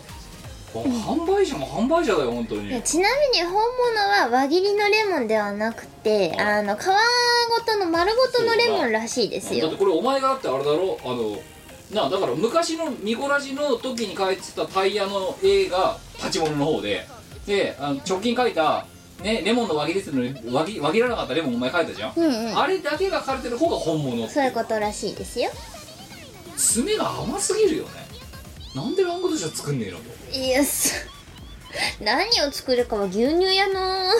こう販売者も販売者だよ本当にいやちなみに本物は輪切りのレモンではなくてあの皮ごとの丸ごとのレモンらしいですだっよてこれお前がだってあれだろあのなあだから昔のミコラジの時に書いてたタイヤの絵が立ち物の方でであの直近書いた、ね、レモンの輪切りっていうのに輪切輪切らなかったレモンお前書いたじゃん、うんうんあれだけが書かれてる方が本物ってそういうことらしいですよ爪が甘すぎるよねなんでラングドシャ作んねえのといやそ [LAUGHS] 何を作るかは牛乳屋の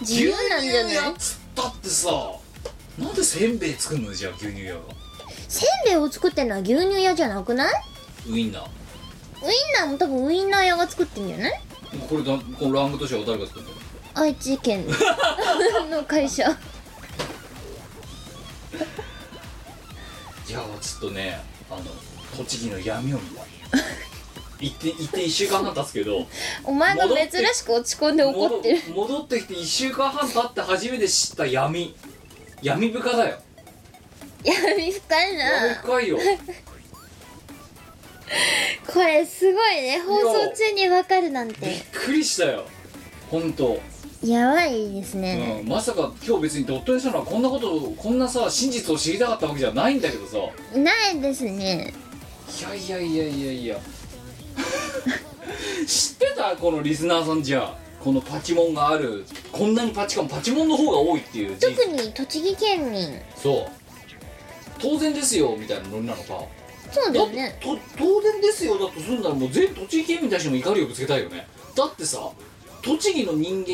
自由なんじゃ牛乳な屋いっつったってさなんでせんべい作んのじゃあ牛乳屋がせんべいを作ってるのは牛乳屋じゃなくないウインナーウインナーも多分ウインナー屋が作ってんじゃないこれだこのラングドシャを誰が作るんだろう愛知県のの会社いやちょっとねあの栃木の闇を見 [LAUGHS] た行って行って1週間半経つけどお前が珍しく落ち込んで [LAUGHS] 怒ってる戻戻ってきて1週間半経って初めて知った闇闇深だよ闇深闇いな [LAUGHS] 深いよこれすごいね放送中にわかるなんびってくりしたよ本当、やばいですね、うん、まさか今日別にドット絵したのはこんなことこんなさ真実を知りたかったわけじゃないんだけどさないですねいやいやいやいやいや [LAUGHS] 知ってたこのリスナーさんじゃあこのパチモンがあるこんなにパチカンパチモンの方が多いっていう事実特に栃木県民そう当然ですよみたいなノリなのかそうだだよってねと当然ですよだとするならもう全栃木県民に対しても怒りをぶつけたいよねだってさ栃木の人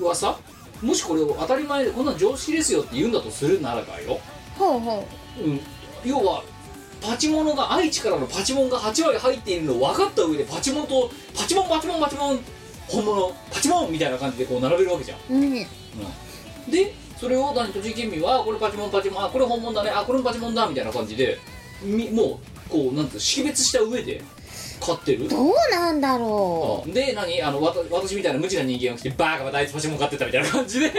間はさもしこれを当たり前でこんなん常識ですよって言うんだとするならばよほうほうん、要はパチモノが愛知からのパチモンが8割入っているのを分かった上でパチモンとパチモンパチモンパチモン本物パチモンみたいな感じでこう並べるわけじゃん、ううんうん、でそれを何栃木県民はあこれパチモンパチモンあこれ本物だねあこれもパチモンだみたいな感じでみもうこうなんていうの識別した上で買ってるどうなんだろで何あのわた私みたいな無知な人間が来てバーカまたあいつパチモン買ってったみたいな感 [LAUGHS] じで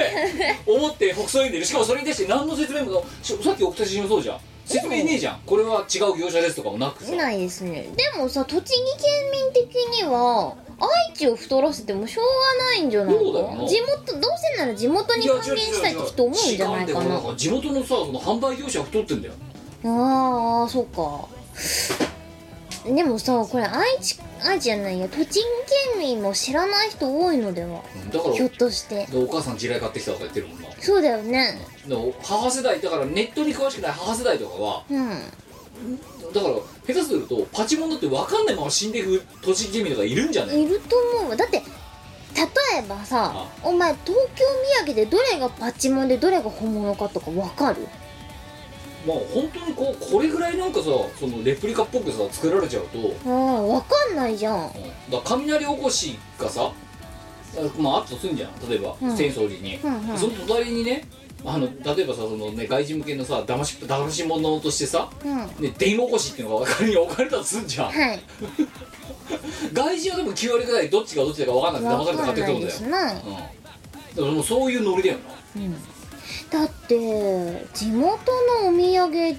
思って北総んでるしかもそれに対して何の説明もしさっきお口にもそうじゃん説明ねえじゃんこれは違う業者ですとかもなくさうないですねでもさ栃木県民的には愛知を太らせてもしょうがないんじゃないかそうだよな地元どうせなら地元にいや還元したいって人思うんじゃない違うかんだよなこれ地元のさその販売業者が太ってんだよああそうかでもさこれ愛知愛知じゃないや栃木県民も知らない人多いのではだからひょっとしてでお母さん地雷買ってきたとか言ってるもんなでそうだよね母世代だからネットに詳しくない母世代とかはうんだから下手するとパチモンだって分かんないまま死んでいく栃木県民とかいるんじゃないいると思うわだって例えばさあお前東京土産でどれがパチモンでどれが本物かとかわかるまあ本当にこうこれぐらいなんかさそのレプリカっぽくさ作られちゃうと、ああわかんないじゃんだから雷おこしがさあまああったとすんじゃん例えば、うん浅草寺に、うんうんその隣にねあの例えばさそのね外人向けのさだましだまし物としてさうんはね電おこしっていうのが仮に置かれたとすんじ [LAUGHS] ゃんい外人はでも9割ぐらいどっちがどっちだか分かんなくわて騙かされんてな買っていくるでんだすよ、なうん、だからもうそういうノリだよなだって地元のお土産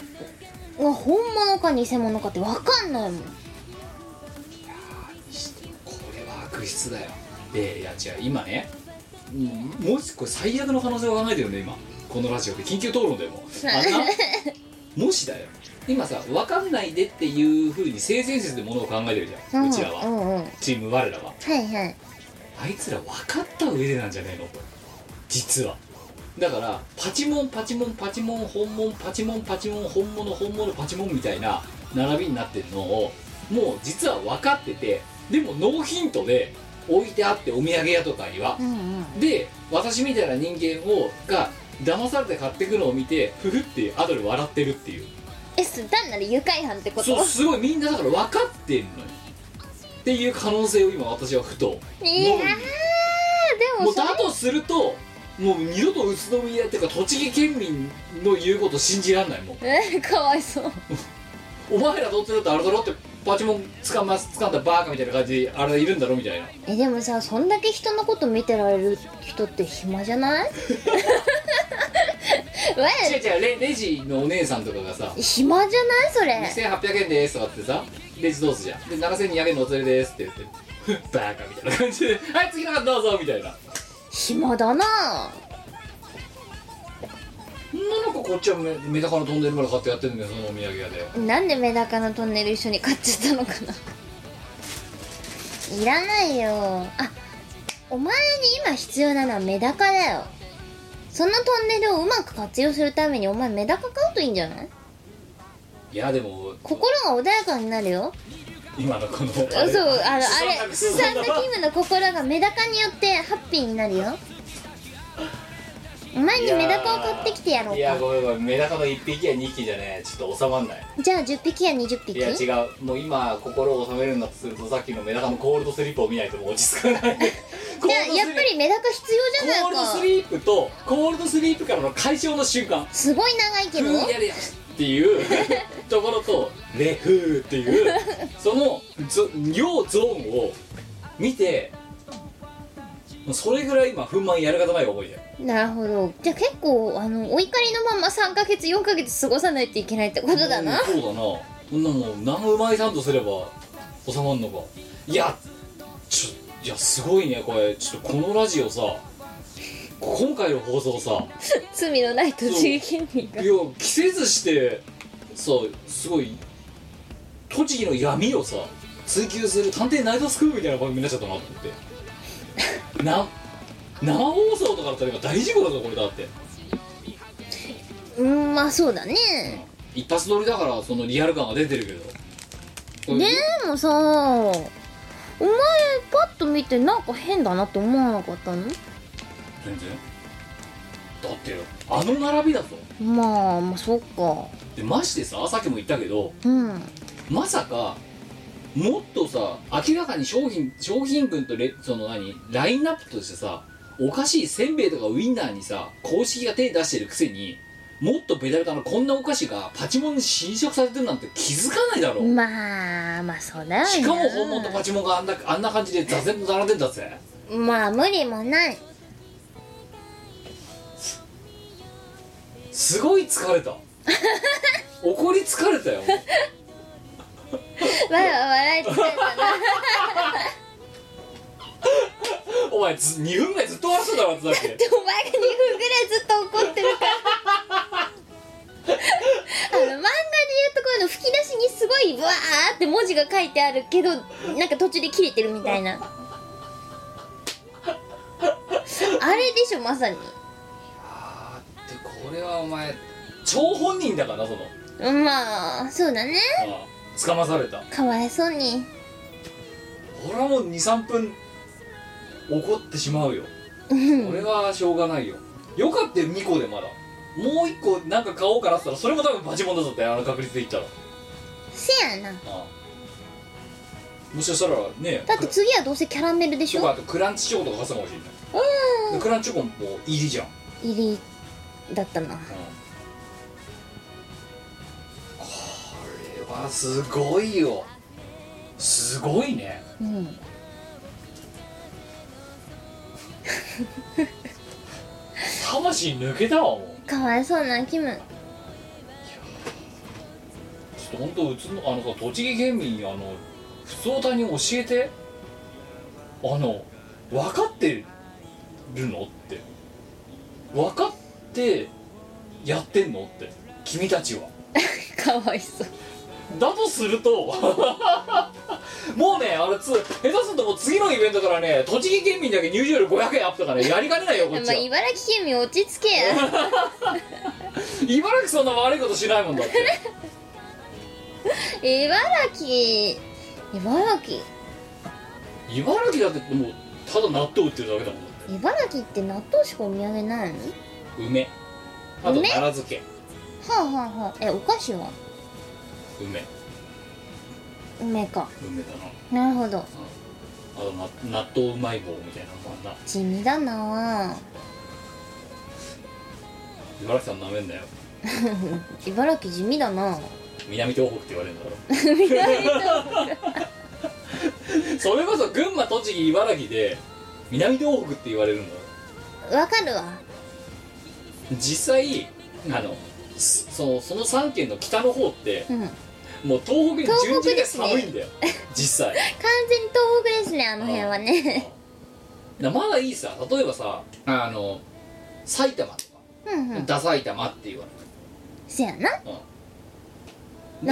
が本物か偽物かってわかんないもんこれは悪質だよでいや違う今ねうんもう一つこれ最悪の可能性を考えてるんだよ今このラジオで緊急討論だよもうあんなもしだよ今さ分かんないでっていうふうに性善説でものを考えてるじゃん、うちらは、うんうんうんチーム我らははいはいあいつら分かった上でなんじゃねえのと実はだからパチモンパチモンパチモン本物パチモンパチモン本物本物パチモンみたいな並びになってるのをもう実は分かっててでもノーヒントで置いてあってお土産屋とかにはう、んうんで私みたいな人間をが騙されて買ってくのを見てふふって後で笑ってるっていうえそれ単なる愉快犯ってことそうすごいみんなだから分かってんのよっていう可能性を今私はふといやーでももうそれだとするともう二度と宇都宮っていうか栃木県民の言うこと信じらんないもんえかわいそうお前らどっちだってあれだろってパチモン掴ま掴んだバーカみたいな感じであれいるんだろみたいなえでもさそんだけ人のこと見てられる人って暇じゃ [LAUGHS] [LAUGHS] ないわ違う違うレレジのお姉さんとかがさ暇じゃないそれ2800円ですとかってさレジ通すじゃんで7800円のお釣りですって言ってバカみたいな感じで [LAUGHS] 「はい次の方どうぞ」みたいな暇だな女の子こっちはメメダカの飛んでるから買ってやってるんだよそのお土産屋でなんでメダカのトンネル一緒に買っちゃったのかないらないよあお前に今必要なのはメダカだよそのトンネルをうまく活用するためにお前メダカ買うといいんじゃないいやでも心が穏やかになるよ今のこのそうあのあれスすサさんンだダキムの心がメダカによってハッピーになるよお前にメダカを買ってきてやろういやかごめんごめんメダカの1匹や2匹じゃねちょっと収まんないじゃあ10匹や20いや匹違うもう今心を収めるんだとするとさっきのメダカのコールドスリープを見ないともう落ち着かない [LAUGHS] コじゃあやっぱりメダカ必要じゃコールドなスいかリープとコールドスリープからの解消の瞬間すごい長いけどふーやるやつっていう [LAUGHS] ところとレフーっていうそのゾ要ゾーンを見てもうそれぐらい今不満やる方ない思いだよなるほどじゃあ結構あのお怒りのまま3ヶ月4ヶ月過ごさないといけないってことだなうんそうだなこんなもん何うまいサンドすれば収まんのかいやちょいやすごいねこれちょっとこのラジオさ今回の放送さ罪のない栃木県民がいや着せずしてさすごい栃木の闇をさ追求する探偵ナイトスクープみたいな番組になっちゃったなと思ってな生放送とかだったら今大事故だぞこれだってうんまあそうだね一発撮りだからそのリアル感が出てるけどこれでもさお前パッと見てなんか変だなって思わなかったの全然だってあの並びだぞまあまあそっかでましてささっきも言ったけどうんまさかもっとさ明らかに商品商品群とレその何ラインナップとしてさおかしいせんべいとかウインナーにさ公式が手出してるくせにもっとベタベタのこんなお菓子がパチモンに侵食されてるなんて気づかないだろまあまあそうだよなしかも本物とパチモンがあんなあんな感じで座禅と並んでんだぜまあ無理もないすごい疲れた怒り疲れたよわら笑いつけたなお前ず2分ぐらいずっと笑ってたからってだって [LAUGHS] でお前が2分ぐらいずっと怒ってる [LAUGHS] からあの漫画で言うところの吹き出しにすごいブワーって文字が書いてあるけどなんか途中で切れてるみたいなあれでしょまさにあーってこれはお前張本人だからなそのまあそうだねああ捕まされたかわいそうに俺はもう23分怒ってしまうよ俺はしょうがないよよかったよ2個でまだもう1個なんか買おうかなって言ったらそれも多分バチモンだぞってあの確率で言ったらせやなああもしかしたらねだって次はどうせキャラメルでしとかょあとクランチチョコとか買ってたかもしれないでクランチチョコももう入りじゃん、入りだったなこれはすごいよすごいねうん魂抜けたわもうかわいそうなキムちょっと本当うちのあのさ栃木県民にあの普通歌に教えてあの分かってるのって分かってやってんのって君たちはかわいそうだとすると [LAUGHS] もうねあれつ下手するともう次のイベントからね栃木県民だけ入場料500円アップとかねやりかねないよこまあっちは茨城県民落ち着けや茨城そんな悪いことしないもんだって茨城茨城茨城だってもうただ納豆売ってるだけだもんだって茨城って納豆しかお土産ないの梅あと梅奈良漬けはあはあはあえお菓子は梅梅か梅だななるほどあとな納豆うまい棒みたいなのもあんな地味だなあ茨城さんなめんなよ茨城地味だなあ南東北って言われるんだろ南東北 [LAUGHS] それこそ群馬栃木茨城で南東北って言われるんだろわかるわ実際あのすそのその3県の北の方ってうんもう東北東北に順次でですね寒いんだよ、実 [LAUGHS] 際完全に東北ですねあの辺はねだまだいいさ例えばさあの埼玉とかうんう「んダ埼玉」って言わそやな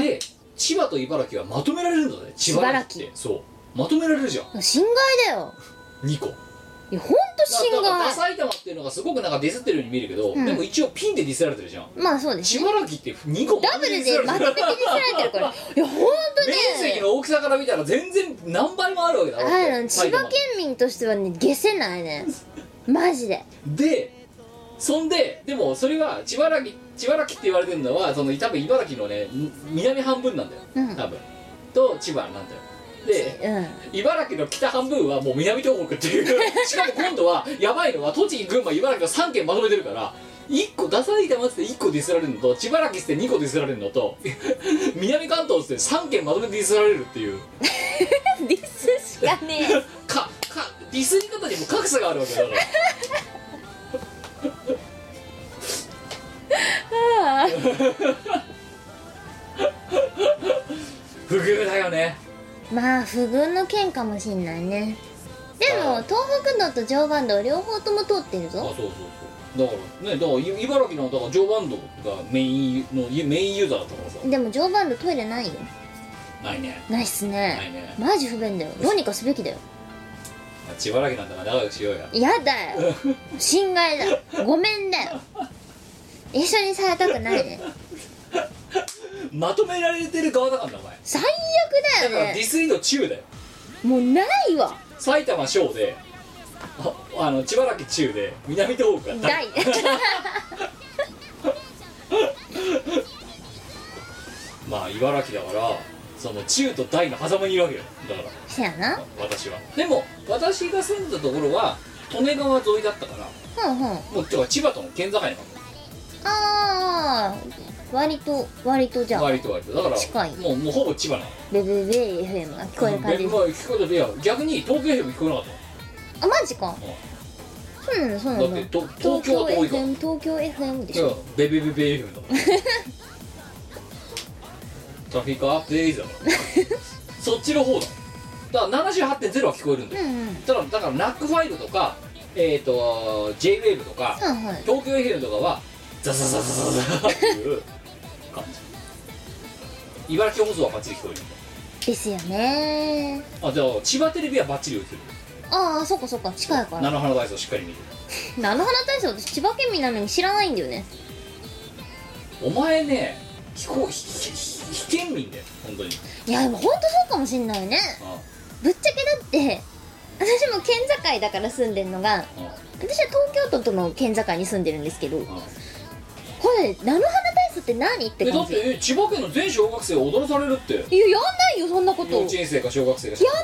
れるで千葉と茨城はまとめられるんだね千葉って茨そうまとめられるじゃん侵害だよ2個だいやほんと侵からダ害埼玉っていうのがすごくなんかディスってるように見えるけど、うんでも一応ピンでディスられてるじ [LAUGHS] ゃんまあそうです千ね葉らぎって2個ダブルでまとめて見せられてるから [LAUGHS] いやほんとね面積の大きさから見たら全然何倍もあるわけだろだっあての千葉県民としてはね下せないねマジででそんででもそれは千葉らぎ千葉らぎって言われてるのはその多分茨城のねん南半分なんだようん多分と千葉なんだよでうん茨城の北半分はもう南東北って [LAUGHS] いうしかも今度はやばいのは栃木群馬茨城の3県まとめてるから1個ダサい玉っつって1個ディスられるのと千葉らぎっつって2個ディスられるの [LAUGHS] と南関東っつって3県まとめてディスられるっていうディスしかねかかディスり方にも格差があるわけだからえ不遇だよねまあ不遇の県かもしんないねでも東北道と常磐道両方とも通ってるあそうぞそうそうだからねだからい茨城のだから常磐道がメインのいメインユーザーだったからさでも常磐道トイレないよないねないっすないねねマジ不便だよどうにかすべきだよ千葉らぎなんだから仲良くしようややだよ侵害だごめんだよ一緒にされたくないねまとめられてる側だからなお前最だか悪だらよディねスリード中だよもうないわ埼玉小でああの千葉らぎ中で南東北が大大まあ茨城だからその中と大の狭間にいるわけよだからそやな私はでも私が住んだところは利根川沿いだったからほんほんもうてか千葉との県境なのああ割と割とじゃあ割と割とだから近いもうもうほぼ千葉なのベベベ FM が聞こえうる感じんですまあ聞こえたいや逆に東京 FM 聞こえなかっあマジかそうなんだそうたのなんだだってと東京は遠いから FM 東京 FM でしいょやベベベベ FM だもん [LAUGHS] トラフィックアップデイズだから [LAUGHS] そっちの方だだから78.0は聞こえるんだうよ、んうんただだからナックファイルとかえっ、ー、と JWAVE とかはいはい東京 FM とかはザザザザザザっていう感じ茨城放送はバッチリ聞こえるんだですよねあじゃあ千葉テレビはバッチリ映るああそっかそっか近いから菜の花体操しっかり見てる菜の花体操私千葉県民なのに知らないんだよねお前ね非公非非非非県民だよ本当にいやでもほんとそうかもしんないねあぶっちゃけだって私も県境だから住んでんのがああ私は東京都との県境に住んでるんですけどこあれ菜の花体操って何ってえだ感っじてえ千葉県の全小学生が踊らされるっていややんないよそんなこと幼やん稚園生か小学生がないやん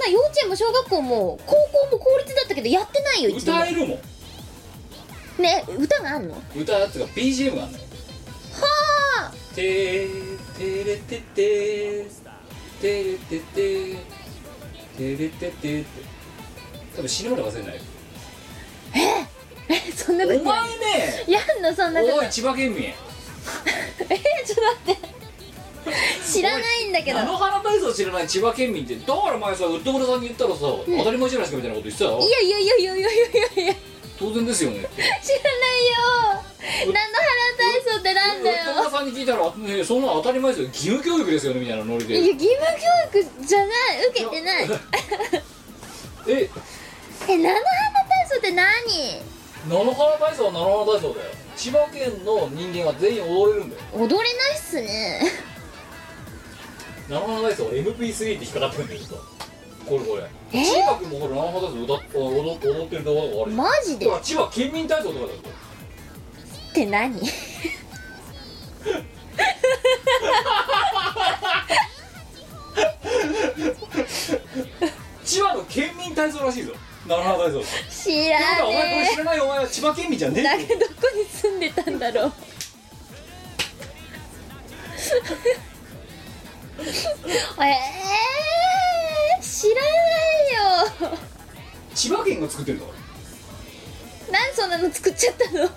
ない幼稚園も小学校も高校も公立だったけどやってないよ一度も歌えるもんね歌があんの歌だっていうか BGM があんのよはあてーてれててーてれててーてれててーって多分死ぬまで忘れないよえ [LAUGHS] そんなことお前ねやんのそんなことおい千葉県民 [LAUGHS] えちょっと待って知らないんだけど菜の花体操知らない千葉県民ってだから前さウッドブラさんに言ったらさ、当たり前じゃないですかみたいなこと言ってたよいやいやいやいやいやいやいや当然ですよね知らないよ菜の花体操ってなんだよウッドブラさんに聞いたら、ね、そんなの当たり前ですよ義務教育ですよねみたいなノリいやで義務教育じゃない受けてないえ [LAUGHS] 菜えの花体操って何菜の花体操は菜の花体操だよ千葉県の人間は全員踊れるんだよ踊れないっすね菜の花体操 MP3 って引っかかってるんだよずっとこれこれえー千葉君もこれ菜の花体操歌っ踊っ踊ってる動画があるよマジでだから千葉県民体操とかだよって何 [LAUGHS] 千葉の県民体操らしいぞ菜の花体操ってっ知てことらはお前これね知らないお前は千葉県民じゃねえだけどどこに住んでたんだろう [LAUGHS] えー、知らないよえ千葉県が作ってるんだかなんでそんなの作っちゃったのらウ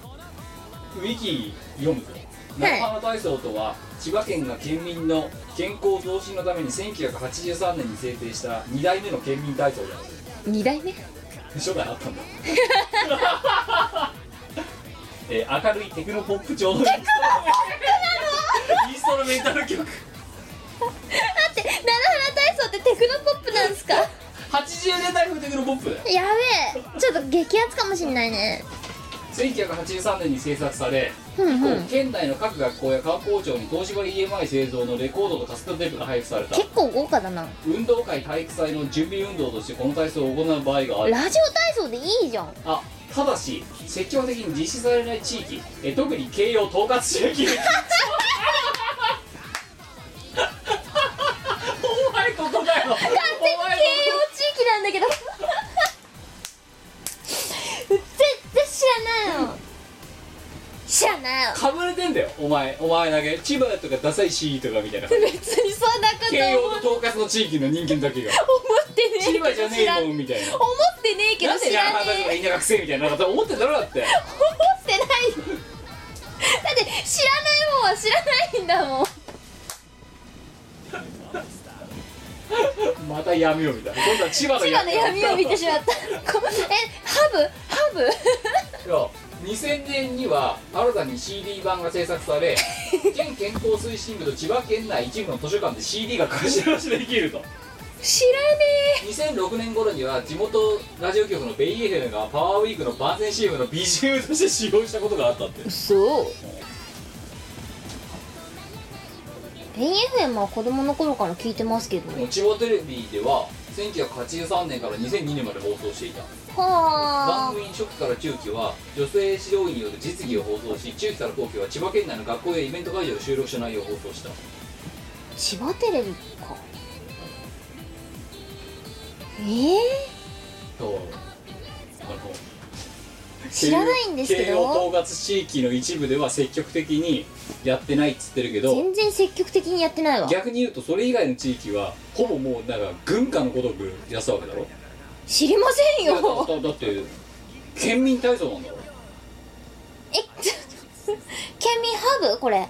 ィキ読むぞ長浜体操とは千葉県が県民の健康増進のために1983年に制定した2代目の県民体操である二代 [LAUGHS] 目初代あった [LAUGHS] んだえー明るいテクノポップ調のテクノポップなのインストルメンタル曲だって奈良原体操ってテクノポップなんですかや80年代風テクノポップだよべえちょっと激アツかもしんないね1983年に制作され、うんうん以降県内の各学校や官公庁に東芝 EMI 製造のレコードとカセットテープが配布された結構豪華だな運動会体育祭の準備運動としてこの体操を行う場合があるラジオ体操でいい [LAUGHS] じゃんあただし積極的に実施されない地域え特に慶応統括地域お前ここだよ完全然慶応地域なんだけど全然知らないの知らないよかぶれてんだよお前お前だけ千葉とかダサい市とかみたいな別にそんなこと慶応思と統括の地域の人間だけがってねえ千葉けじゃどね知らえんもんみたいな思ってねえけなどんで知やららなねいとかえみんな学生みたいななんか思ってんだろだって思ってないだって知らないもんは知らないんだもんまた闇を見た今度は千葉の千葉の闇を見てしまったこえハブハブ [LAUGHS] いや2000年には新たに CD 版が制作され県健康推進部と千葉県内一部の図書館で CD が貸し出しできると知らね2006年頃には地元ラジオ局のベイエフェムがパワーウィークの万全 CM の BGM として使用したことがあったってえそうベイ FM は子供の頃から聞いてますけどもう千葉テレビでは1983年から2002年まで放送していた番はあ組初期から中期は女性指導員による実技を放送し中期から後期は千葉県内の学校やイベント会場を収録した内容を放送した千葉テレビかええそうあの知らないんですけ慶応ど統括地域の一部では積極的にやってないっつってるけど全然積極的にやってないわ逆に言うとそれ以外の地域はほぼもうなんか軍歌のごとくやってたわけだろ知りませんいやだよだだって県民体操なんだろえちょっと県民ハブこれ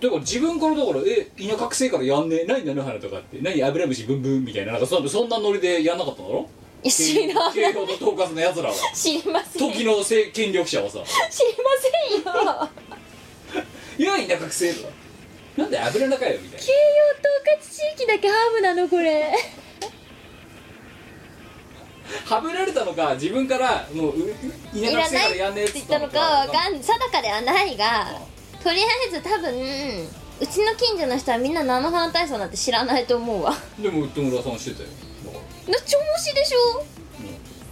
だから自分からだから「え田舎くせえからやんねえ何何花とかって「何油虫ブンブン」みたいななんかそそんなノリでやんなかったんだろいや知らない慶応と統括のやつらは知りません知時りのせ権力者はさませ [LAUGHS] ん「よいや田舎くせえ」とか「なんで油中よ」みたいな慶応統括地域だけハブなのこれはぶられたのか自分からもううういいなからせからやんなねいえって言ったのかはかん定かではないがとりあえず多分うちの近所の人はみんな菜の花体操なんて知らないと思うわでも友村さんしてたよだからの調子でしょ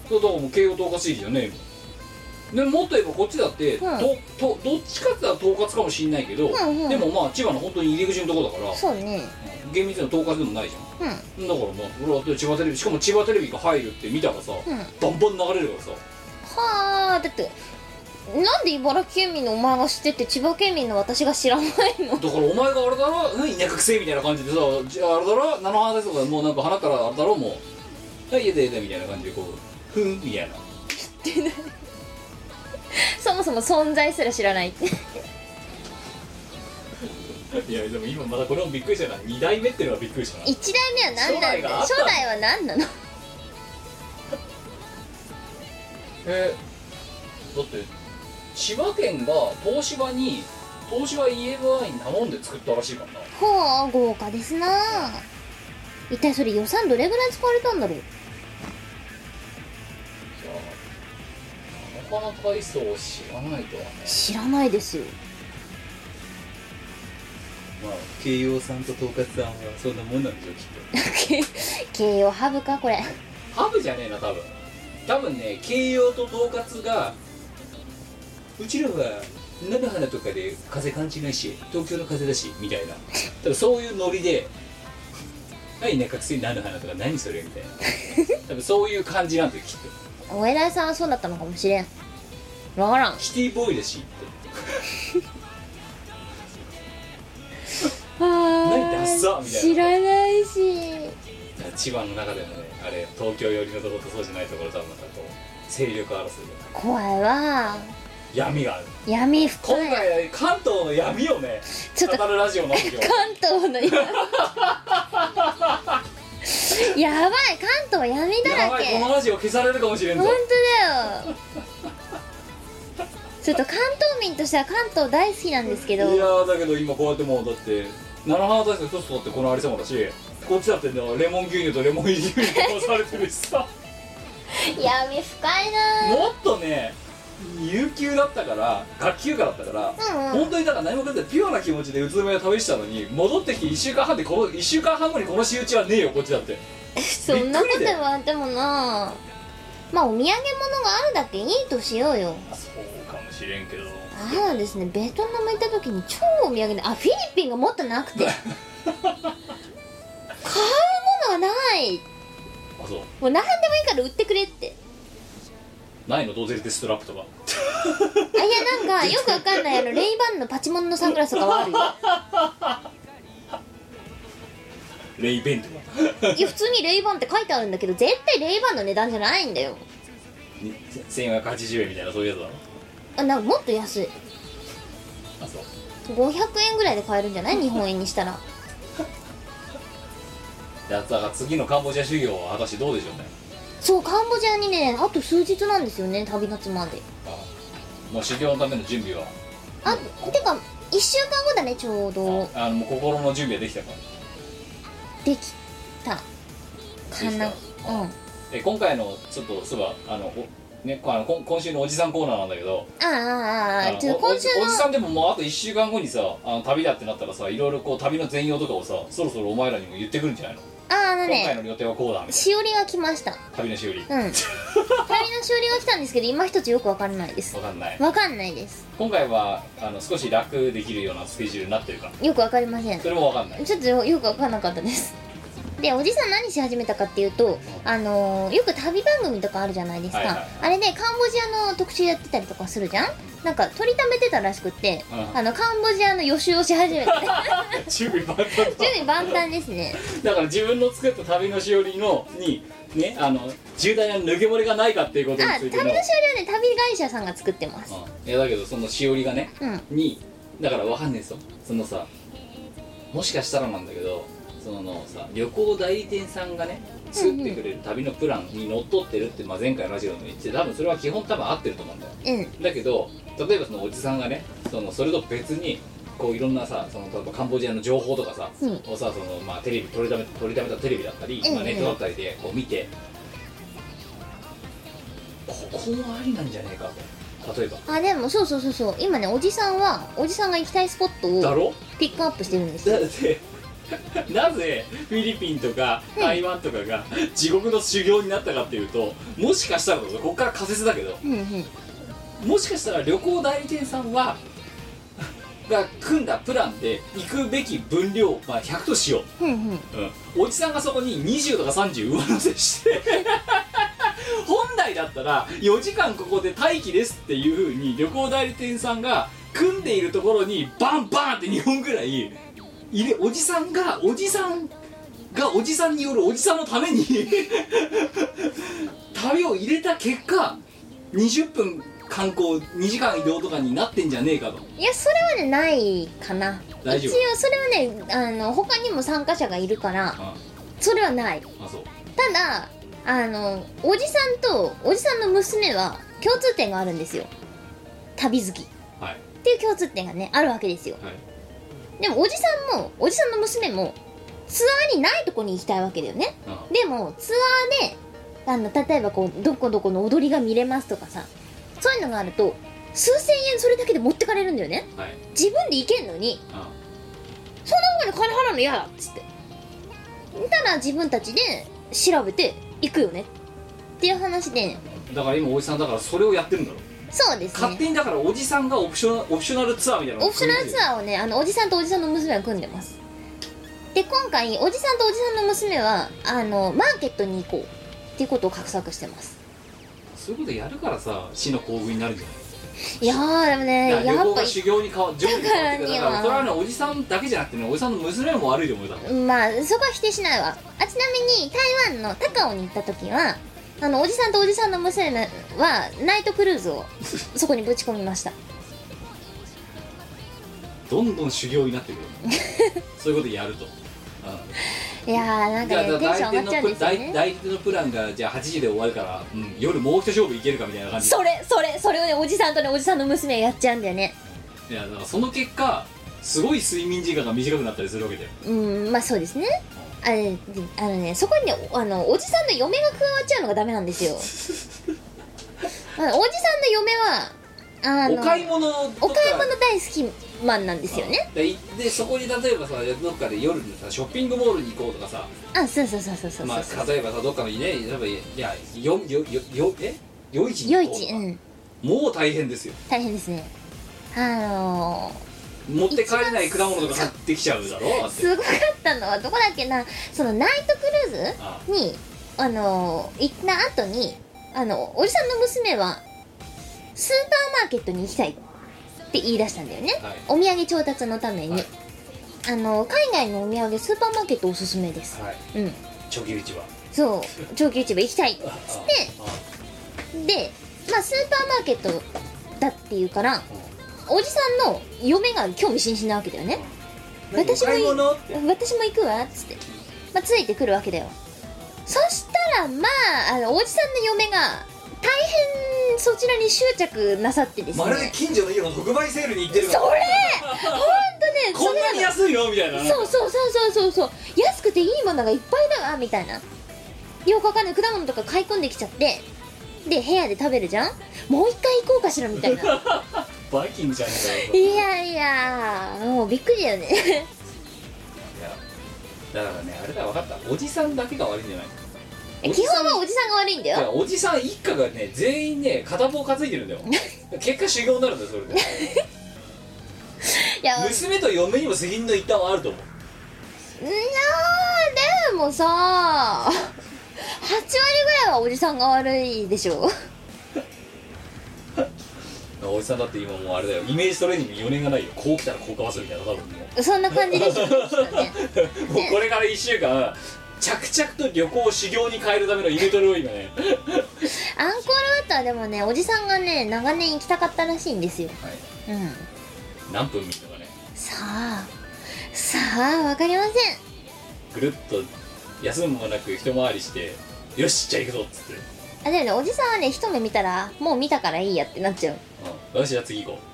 そうだからもう慶応統括地域だね今でももっと言えばこっちだって、うんととどっちかって言ったら統括かもしんないけど、んうんでもまあ千葉の本当に入り口のとこだからそうねうん厳密な統括でもないじゃんうんだからまあ俺は千葉テレビしかも千葉テレビが入るって見たらさ、うんバンバン流れるからさはあだってなんで茨城県民のお前が知ってて千葉県民の私が知らない [LAUGHS] のだからお前があれだろ何田舎くせえみたいな感じでさじゃああれだろ菜の花ですとかもうなんか花からあれだろもうはい家で家でみたいな感じでこうふんみたいなそもそも存在すら知らないっていやでも今まだこれもびっくりしたな2代目っていうのはびっくりしたな1代目は何なんだよ初初代が代は何なのえーだって千葉県が東芝に東芝 EMI に頼んで作ったらしいからなほう豪華ですなあ一体それ予算どれぐらい使われたんだろうじゃあなかなか体操を知らないとはね知らないですよまあ慶応さんと統括さんはそんなもんなんでしょうきっと慶応ハブかこれハブじゃねえな多分多分ね慶応と統括がうちらは菜の花とかで風感じないし東京の風だしみたいな多分そういうノリで「はいね隠せ菜の花とか何それ」みたいな多分そういう感じなんだよきっとお偉いさんはそうだったのかもしれんわからんシティボーイだしって何ダッサみたいな知らないしだから千葉の中でもねあれ東京寄りのところとそうじゃないところとはまたこう勢力争いが怖いわ闇がある闇深今い回関東の闇をねちょっと語るラジオなんですよ関東の闇やばい関東闇だやらばいけこのラジオ消されるかもしれんぞ本当だよちょっと関東民としては関東大好きなんですけいやどーだけど今こうやってもうだって菜の花大輔一つ取ってこのありさまだしこっちだってねレモン牛乳とレモン牛乳とされてるしさ闇深いなもっとね有給だったから学級科だったから、うんうん本当にだから何もかんないピュアな気持ちで宇都宮を試したのに戻ってきて1週間半でこの1週間半後にこの仕打ちはねえよこっちだってそんなこと言われてもなまあお土産物があるだけいいとしようよそうかもしれんけどあのですねベトナム行った時に超お土産であフィリピンがもっとなくて買うものがないあそうもう何でもいいから売ってくれってないのどうせストラップとかあいやなんかよくわかんないあのレイバンのパチモンのサングラスとかはあるよレイベンとかいや普通にレイバンって書いてあるんだけど絶対レイバンの値段じゃないんだよに1480円みたいなそういうやつだろあなんかもっと安いあそう500円ぐらいで買えるんじゃない日本円にしたらだから次のカンボジア修行は果たしてどうでしょうねそうカンボジアにねあと数日なんですよね旅立つまでもう修行のための準備はあてか1週間後だねちょうどあのもう心の準備はできたからできたかなできたうんえ今回のちょっとそういえばあのおねあのこん今週のおじさんコーナーなんだけどああああああのちょっとおお今じ週おじさのんでももうあと1週間後にさあの旅だってなったらさいろいろこう旅の全容とかをさそろそろお前らにも言ってくるんじゃないの、あああの今回ねの予定はこうだみたいしおりが来ましたな旅のしおりうん旅のしおりが来たんですけど今一つよくわからないですわかんないわかんないです今回はあの少し楽できるようなスケジュールになってるかよくわかりませんそれもわ [LAUGHS] かんないちょっとよくわかんなかったですでおじさん何し始めたかっていうと、あのーよく旅番組とかあるじゃないですか、はいはいはいあれでカンボジアの特集やってたりとかするじゃんなんか取りためてたらしくって、うんあのカンボジアの予習をし始めて [LAUGHS] 準備万端だ準備万端ですねだから自分の作った旅のしおりのにねあの重大な抜け漏れがないかっていうことにあつ旅いのてしおのりはね旅会社さんが作ってますうんいやだけどそのしおりがねうんにだからわかんないですよそのさもしかしたらなんだけどそのさ旅行代理店さんがね作ってくれる旅のプランにのっとってるって、まあ、前回のラジオでも言って多分それは基本多分合ってると思うんだようんだけど例えばそのおじさんがねそのそれと別にこういろんなさその例えばカンボジアの情報とかさ、うんをさその、まあ、テレビ取りため取りためたテレビだったり、うんまあ、ネットだったりでこう見て、ここもありなんじゃねえかと例えばあでもそうそうそうそう今ねおじさんはおじさんが行きたいスポットだをろピックアップしてるんですだよって [LAUGHS] なぜフィリピンとか台湾とかが地獄の修行になったかっていうともしかしたらだぞここから仮説だけどうんうんもしかしたら旅行代理店さんはが組んだプランで行くべき分量、まあ、100としようんうんう、うん、おじさんがそこに20とか30上乗せして [LAUGHS] 本来だったら4時間ここで待機ですっていうふうに旅行代理店さんが組んでいるところにバンバンって2本ぐらい入れおじさんがおじさんがおじさんによるおじさんのために [LAUGHS] 旅を入れた結果20分観光2時間移動とかになってんじゃねえかといやそれはねないかな大一丈応夫それはねあの他にも参加者がいるからあそれはないあそうただあのおじさんとおじさんの娘は共通点があるんですよ旅好きっはいていう共通点がねあるわけですよはいでもおじさんもおじさんの娘もツアーにないとこに行きたいわけだよねあでもツアーであの例えばこうどこどこの踊りが見れますとかさそういうのがあると数千円それだけで持ってかれるんだよねはい自分で行けんのにあそんなとこに金払うの嫌だっつってたら自分たちで調べて行くよねっていう話でだから今おじさんだからそれをやってるんだろそうです勝ね手にだからおじさんがオプショナオプショナルツアーみたいなのオプショナルツーアーをねあのおじさんとおじさんの娘が組んでますで今回おじさんとおじさんの娘はあのマーケットに行こうっていうことを画策してますそういうことやるからさ死の幸運になるんじゃないいやーでもねだからや旅っ行ぱが修行に変わ上下に変わってくるだだかからにはらそれはねおじさんだけじゃなくてねおじさんの娘も悪いと思うだろまあそこは否定しないわあちなみに台湾の高雄に行った時はあのおじさんとおじさんの娘はナイトクルーズをそこにぶち込みましたどんどん修行になってく [LAUGHS] るそういうことやると、うんいやーなんじゃかあねテンション上がっちゃうんですよ代理ね代理のプランがじゃあ8時で終わるから、うん夜もう一勝負いけるかみたいな感じそれそれそれをねおじさんとねおじさんの娘がやっちゃうんだよねいやだからその結果すごい睡眠時間が短くなったりするわけだようんまあそうですねあれであのねそこにねおあのおじさんの嫁が加わっちゃうのがダメなんですよ [LAUGHS] あのおじさんの嫁はあのお買い物とかお買い物大好きマンなんですよねでいでそこに例えばさどっかで夜にさショッピングモールに行こうとかさあそうそうそうそうそうまそうあ例えばさどっかのね例えばいやよよよよえ夜市に夜行こうと市うかんもう大変ですよ大変ですねあの持って帰れない果物とか買ってきちゃうだろだっー、てすごかったのはどこだっけなそのナイトクルーズあにあのー行った後にあのおじさんの娘はスーパーマーケットに行きたいって言い出したんだよね、はいお土産調達のために、はいあの海外のお土産スーパーマーケットおすすめです、はいうんチョキ打ちはそう長期市場行きたいああでまあスーパーマーケットだっていうからおじさんの嫁が興味津々なわけだよねあ何私おもい買いい物って私も行くわっつって、まあ、ついてくるわけだよそしたらまああのおじさんの嫁が大変そちらに執着なさってですねまるで近所の家の特売セールに行ってるそかれらほんとね [LAUGHS] こんなに安いのみたいなそうそうそうそうそうそう安くていいものがいっぱいだわみたいなよくわかんない果物とか買い込んできちゃってで部屋で食べるじゃんもう一回行こうかしらみたいな [LAUGHS] バイキングじゃねえかいよやいやもうびっくりだよねいやだからねあれだ分かったおじさんだけが悪いんじゃない基本 [LAUGHS] はおじさんが悪いんだいよやおじさん一家がね全員ね片棒担いでるんだよ結果修行になるんだよそれでいや娘と嫁にも責任の一端はあると思ういやーでもさ8割ぐらいはおじさんが悪いでし [LAUGHS] ょおじさんだって今もうあれだよイメージトレーニング4年がないよこう来たらこうかわすみたいな多分もそんな感じでしょ、きっ [LAUGHS] とね、うもうこれから1週間着々と旅行を修行に変えるためのイメトレを今ねアンコールワットはでもねおじさんがね長年行きたかったらしいんですよはいうん何分見るのかねさあさあわかりませんぐるっと休むもなく一回りしてよしじゃあ行くぞっつって、あでもねおじさんはね一目見たらもう見たからいいやってなっちゃうん、よしじゃあ次行こう [LAUGHS]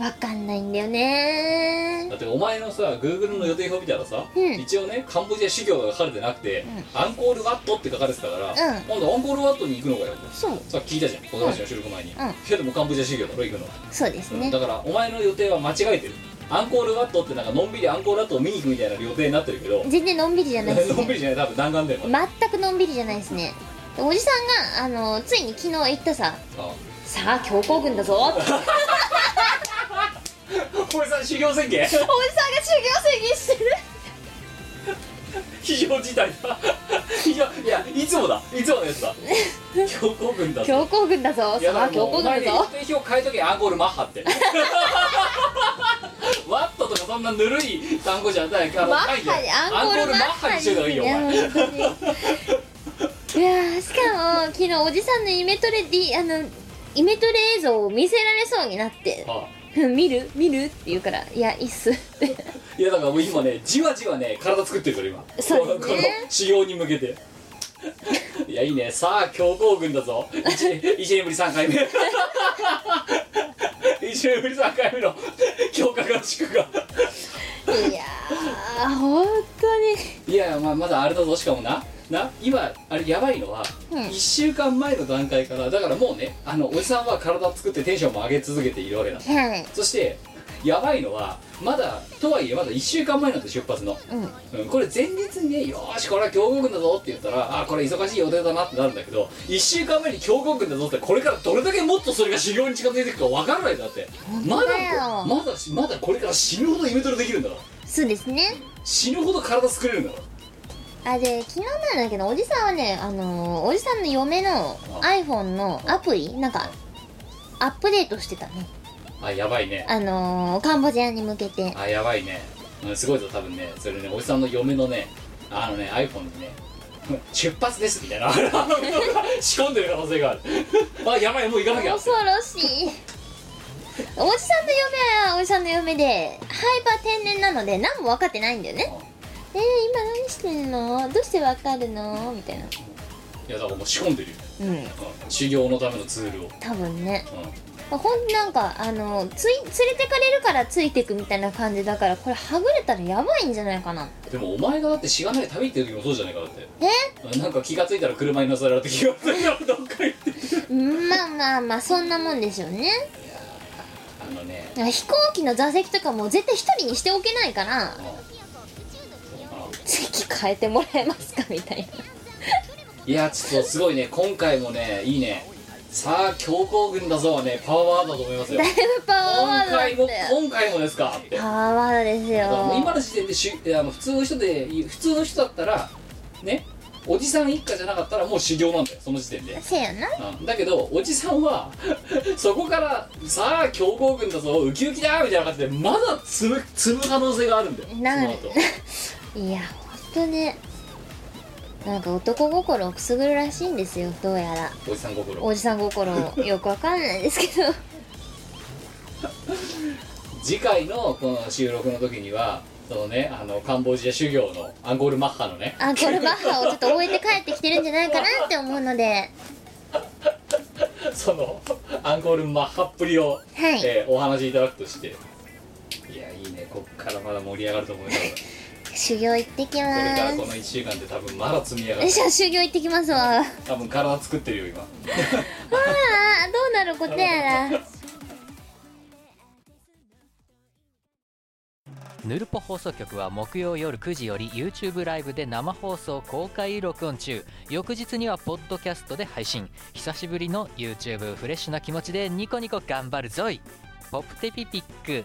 わかんないんだよねうだってお前のさ Google の予定表見たらさ、うん一応ねカンボジア修行が書かれてなくて、アンコールワットって書かれてたから、うん今度アンコールワットに行くのかよそうさっき聞いたじゃんこの話の収録前に、うんけどもカンボジア修行だろ行くの、そうですうんねだからお前の予定は間違えてるアンコールワットってなんかのんびりアンコールワットを見に行くみたいな予定になってるけど、全然のんびりじゃないですのんねび [LAUGHS] りじゃない多分弾丸だよ、全くのんびりじゃないですねでおじさんがあのついに昨日行ったさうさあ強行軍だ [LAUGHS] ぞっておじさんがんこれさ修行宣言修行制限して [LAUGHS] る [LAUGHS] 非常事態だ [LAUGHS] 非常いやいつもだいつものやつ [LAUGHS] だ強行軍だ強行軍だぞいやさだあから強もう行お軍前だでぞ予定表変えとけアンコールマッハって [LAUGHS] ワットとかそんなぬるい単語じゃないからマッハにアンコールマッハににしといた方がいいよお前いや本当にいやーしかも昨日おじさんのイメトレ D あのイメトレ映像を見せられそうになってあ「うん [LAUGHS] 見る見る?」って言うから「いやいいっ [LAUGHS] す」っていやだからもう今ねじわじわね体作ってるから今そうですねこの修行に向けていやいいねさあ強行軍だぞ 1, 一年ぶり3回目 [LAUGHS] 一年ぶり3回目の強化合宿がいやー本当にいやまあまだあれだぞしかもなな今あれやばいのは、うん1週間前の段階からだからもうねあのおじさんは体作ってテンションも上げ続けているわけだはいそしてやばいのはまだとはいえまだ1週間前なんで出発の、うんうんこれ前日にね「よーしこれは強豪軍だぞ」って言ったら「あーこれ忙しい予定だな」ってなるんだけど1週間前に強豪軍だぞってこれからどれだけもっとそれが修行に近づいていくか分からないんだってま当だよだまだまだこれから死ぬほどイメトレできるんだろそうですね死ぬほど体作れるんだろあで昨日なんだけどおじさんはねあのーおじさんの嫁の iPhone のアプリなんかアップデートしてたねあやばいねあのーカンボジアに向けてあやばいね、うん、すごいぞ多分ねそれねおじさんの嫁のねあのね [LAUGHS] iPhone にね出発ですみたいな [LAUGHS] 仕込んでる可能性がある [LAUGHS] あやばいもう行かなきゃ恐ろしいおじさんの嫁はおじさんの嫁でハイパー天然なので何も分かってないんだよねえー、今何してんのどうして分かるのみたいないやだからもう仕込んでるよ、うんうん修行のためのツールを、多分ねうんほんなんかあのつい連れてかれるからついてくみたいな感じだからこれはぐれたらやばいんじゃないかなでもお前がだってしがないで旅行ってる時もそうじゃないかだってえなんか気がついたら車に乗せられて気がついたらどっか行ってるうんまあまあまあそんなもんでしょうねあのねだから飛行機の座席とかも絶対一人にしておけないからうんあ席変えてもらえますかみたい [LAUGHS] ないやちょっとすごいね今回もねいいねさあ強行軍だぞはねパワーワードだと思いますよだいぶパワ今ーワ回ードもだったよ今回もですかってパワーワードですだからもう今よの時点でしゅあの普通の人で普通の人だったらねおじさん一家じゃなかったらもう修行なんだよその時点で、せやなうん、だけどおじさんは [LAUGHS] そこからさあ強豪軍だぞウキウキだみたいな感じでまだ積む積む可能性があるんだよそのなる後いやほんとねなんか男心をくすぐるらしいんですよどうやらおじさん心おじさん心をよくわかんないですけど次回のこの収録の時にはそのねあのカンボジア修行のアンゴールマッハのねアンコールバッハをちょっと終えて帰ってきてるんじゃないかなって思うので [LAUGHS] そのアンゴールマッハっぷりを、はいえーお話しいただくとしていやいいねこっからまだ盛り上がると思います修行行ってきこれからまこの1週間で多分まだ積み上がするじゃあ修行行ってきますわああ多分体作ってるよ今どうなることやらヌルポ放送局は木曜夜9時より YouTube ライブで生放送公開録音中翌日にはポッドキャストで配信久しぶりの YouTube フレッシュな気持ちでニコニコ頑張るぞいポップテピピック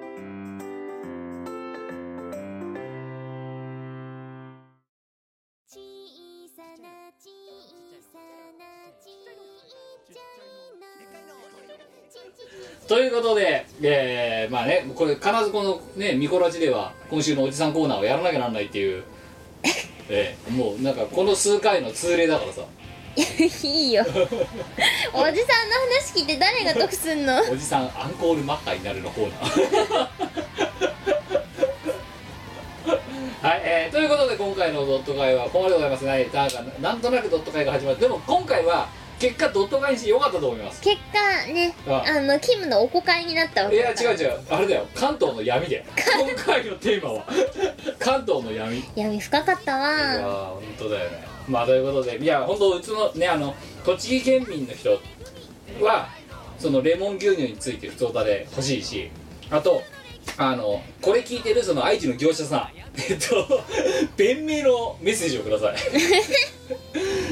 う」小さな小さなちっちゃいのちっちゃいということで、えー、まあねこれ必ずこのねミコラジでは今週のおじさんコーナーをやらなきゃなんないっていう [LAUGHS] えー、もうなんかこの数回の通例だからさいいよおじさんの話聞いて誰が得すんのおじさんアンコールマッハにな [LAUGHS] るのコーナーはい、えー、ということで今回のドット会はここまででございますねなんかなんとなくドット会が始まるでも今回は結果ドット会にして良かったと思います結果ねああのキムのおこかいになったわいけや違う違うあれだよ関東の闇だよ今回のテーマは関東の闇闇深かったいやーわ本当だよねまあということでいや本当うちのねあの栃木県民の人はそのレモン牛乳について普通歌で欲しいしあとあのこれ聞いてるその愛知の業者さんえっと弁明のメッセージをください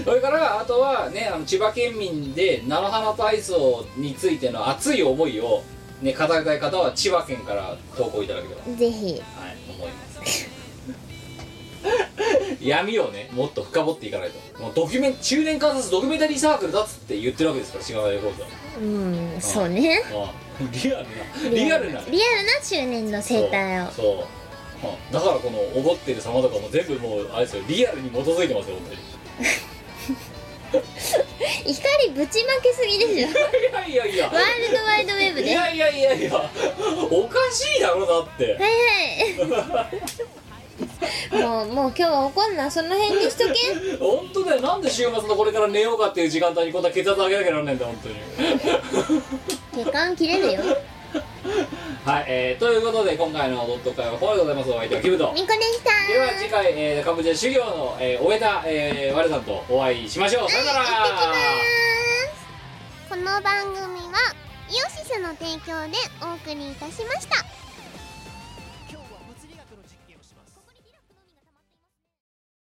それからあとはねあの千葉県民で菜の花体操についての熱い思いをね語りたい方は千葉県から投稿いただければぜひはい、思います。闇をね、もっと深掘っていかないと。もうドキュメン、中年観察ドキュメンタリーサークルだっつって言ってるわけですから、しがないレコードはうんそうねあ [LAUGHS] あリアルな、リアルな。リアルな中年の生態をそう。そうああだからこのおごってる様とかも全部もうあれですよリアルに基づいてますよ本光ぶちまけすぎでしょ当にいやいやいワールドワイドウェやブいではやいやいやいやおかしいだろだっていはいもうもう今日は怒んなその辺にしとけ本当だよなんで週末のこれから寝ようかっていう時間帯にこんな血圧上げなきゃなんないんだ本当に血管切れるよはい、えー、ということで今回のドット会はここまでございますお相手はキムトみこでしたでは次回、えー、カンボジア修行の、えー、終えた、えー、我さんとお会いしましょうさよならこの番組はイオシスの提供でお送りいたしました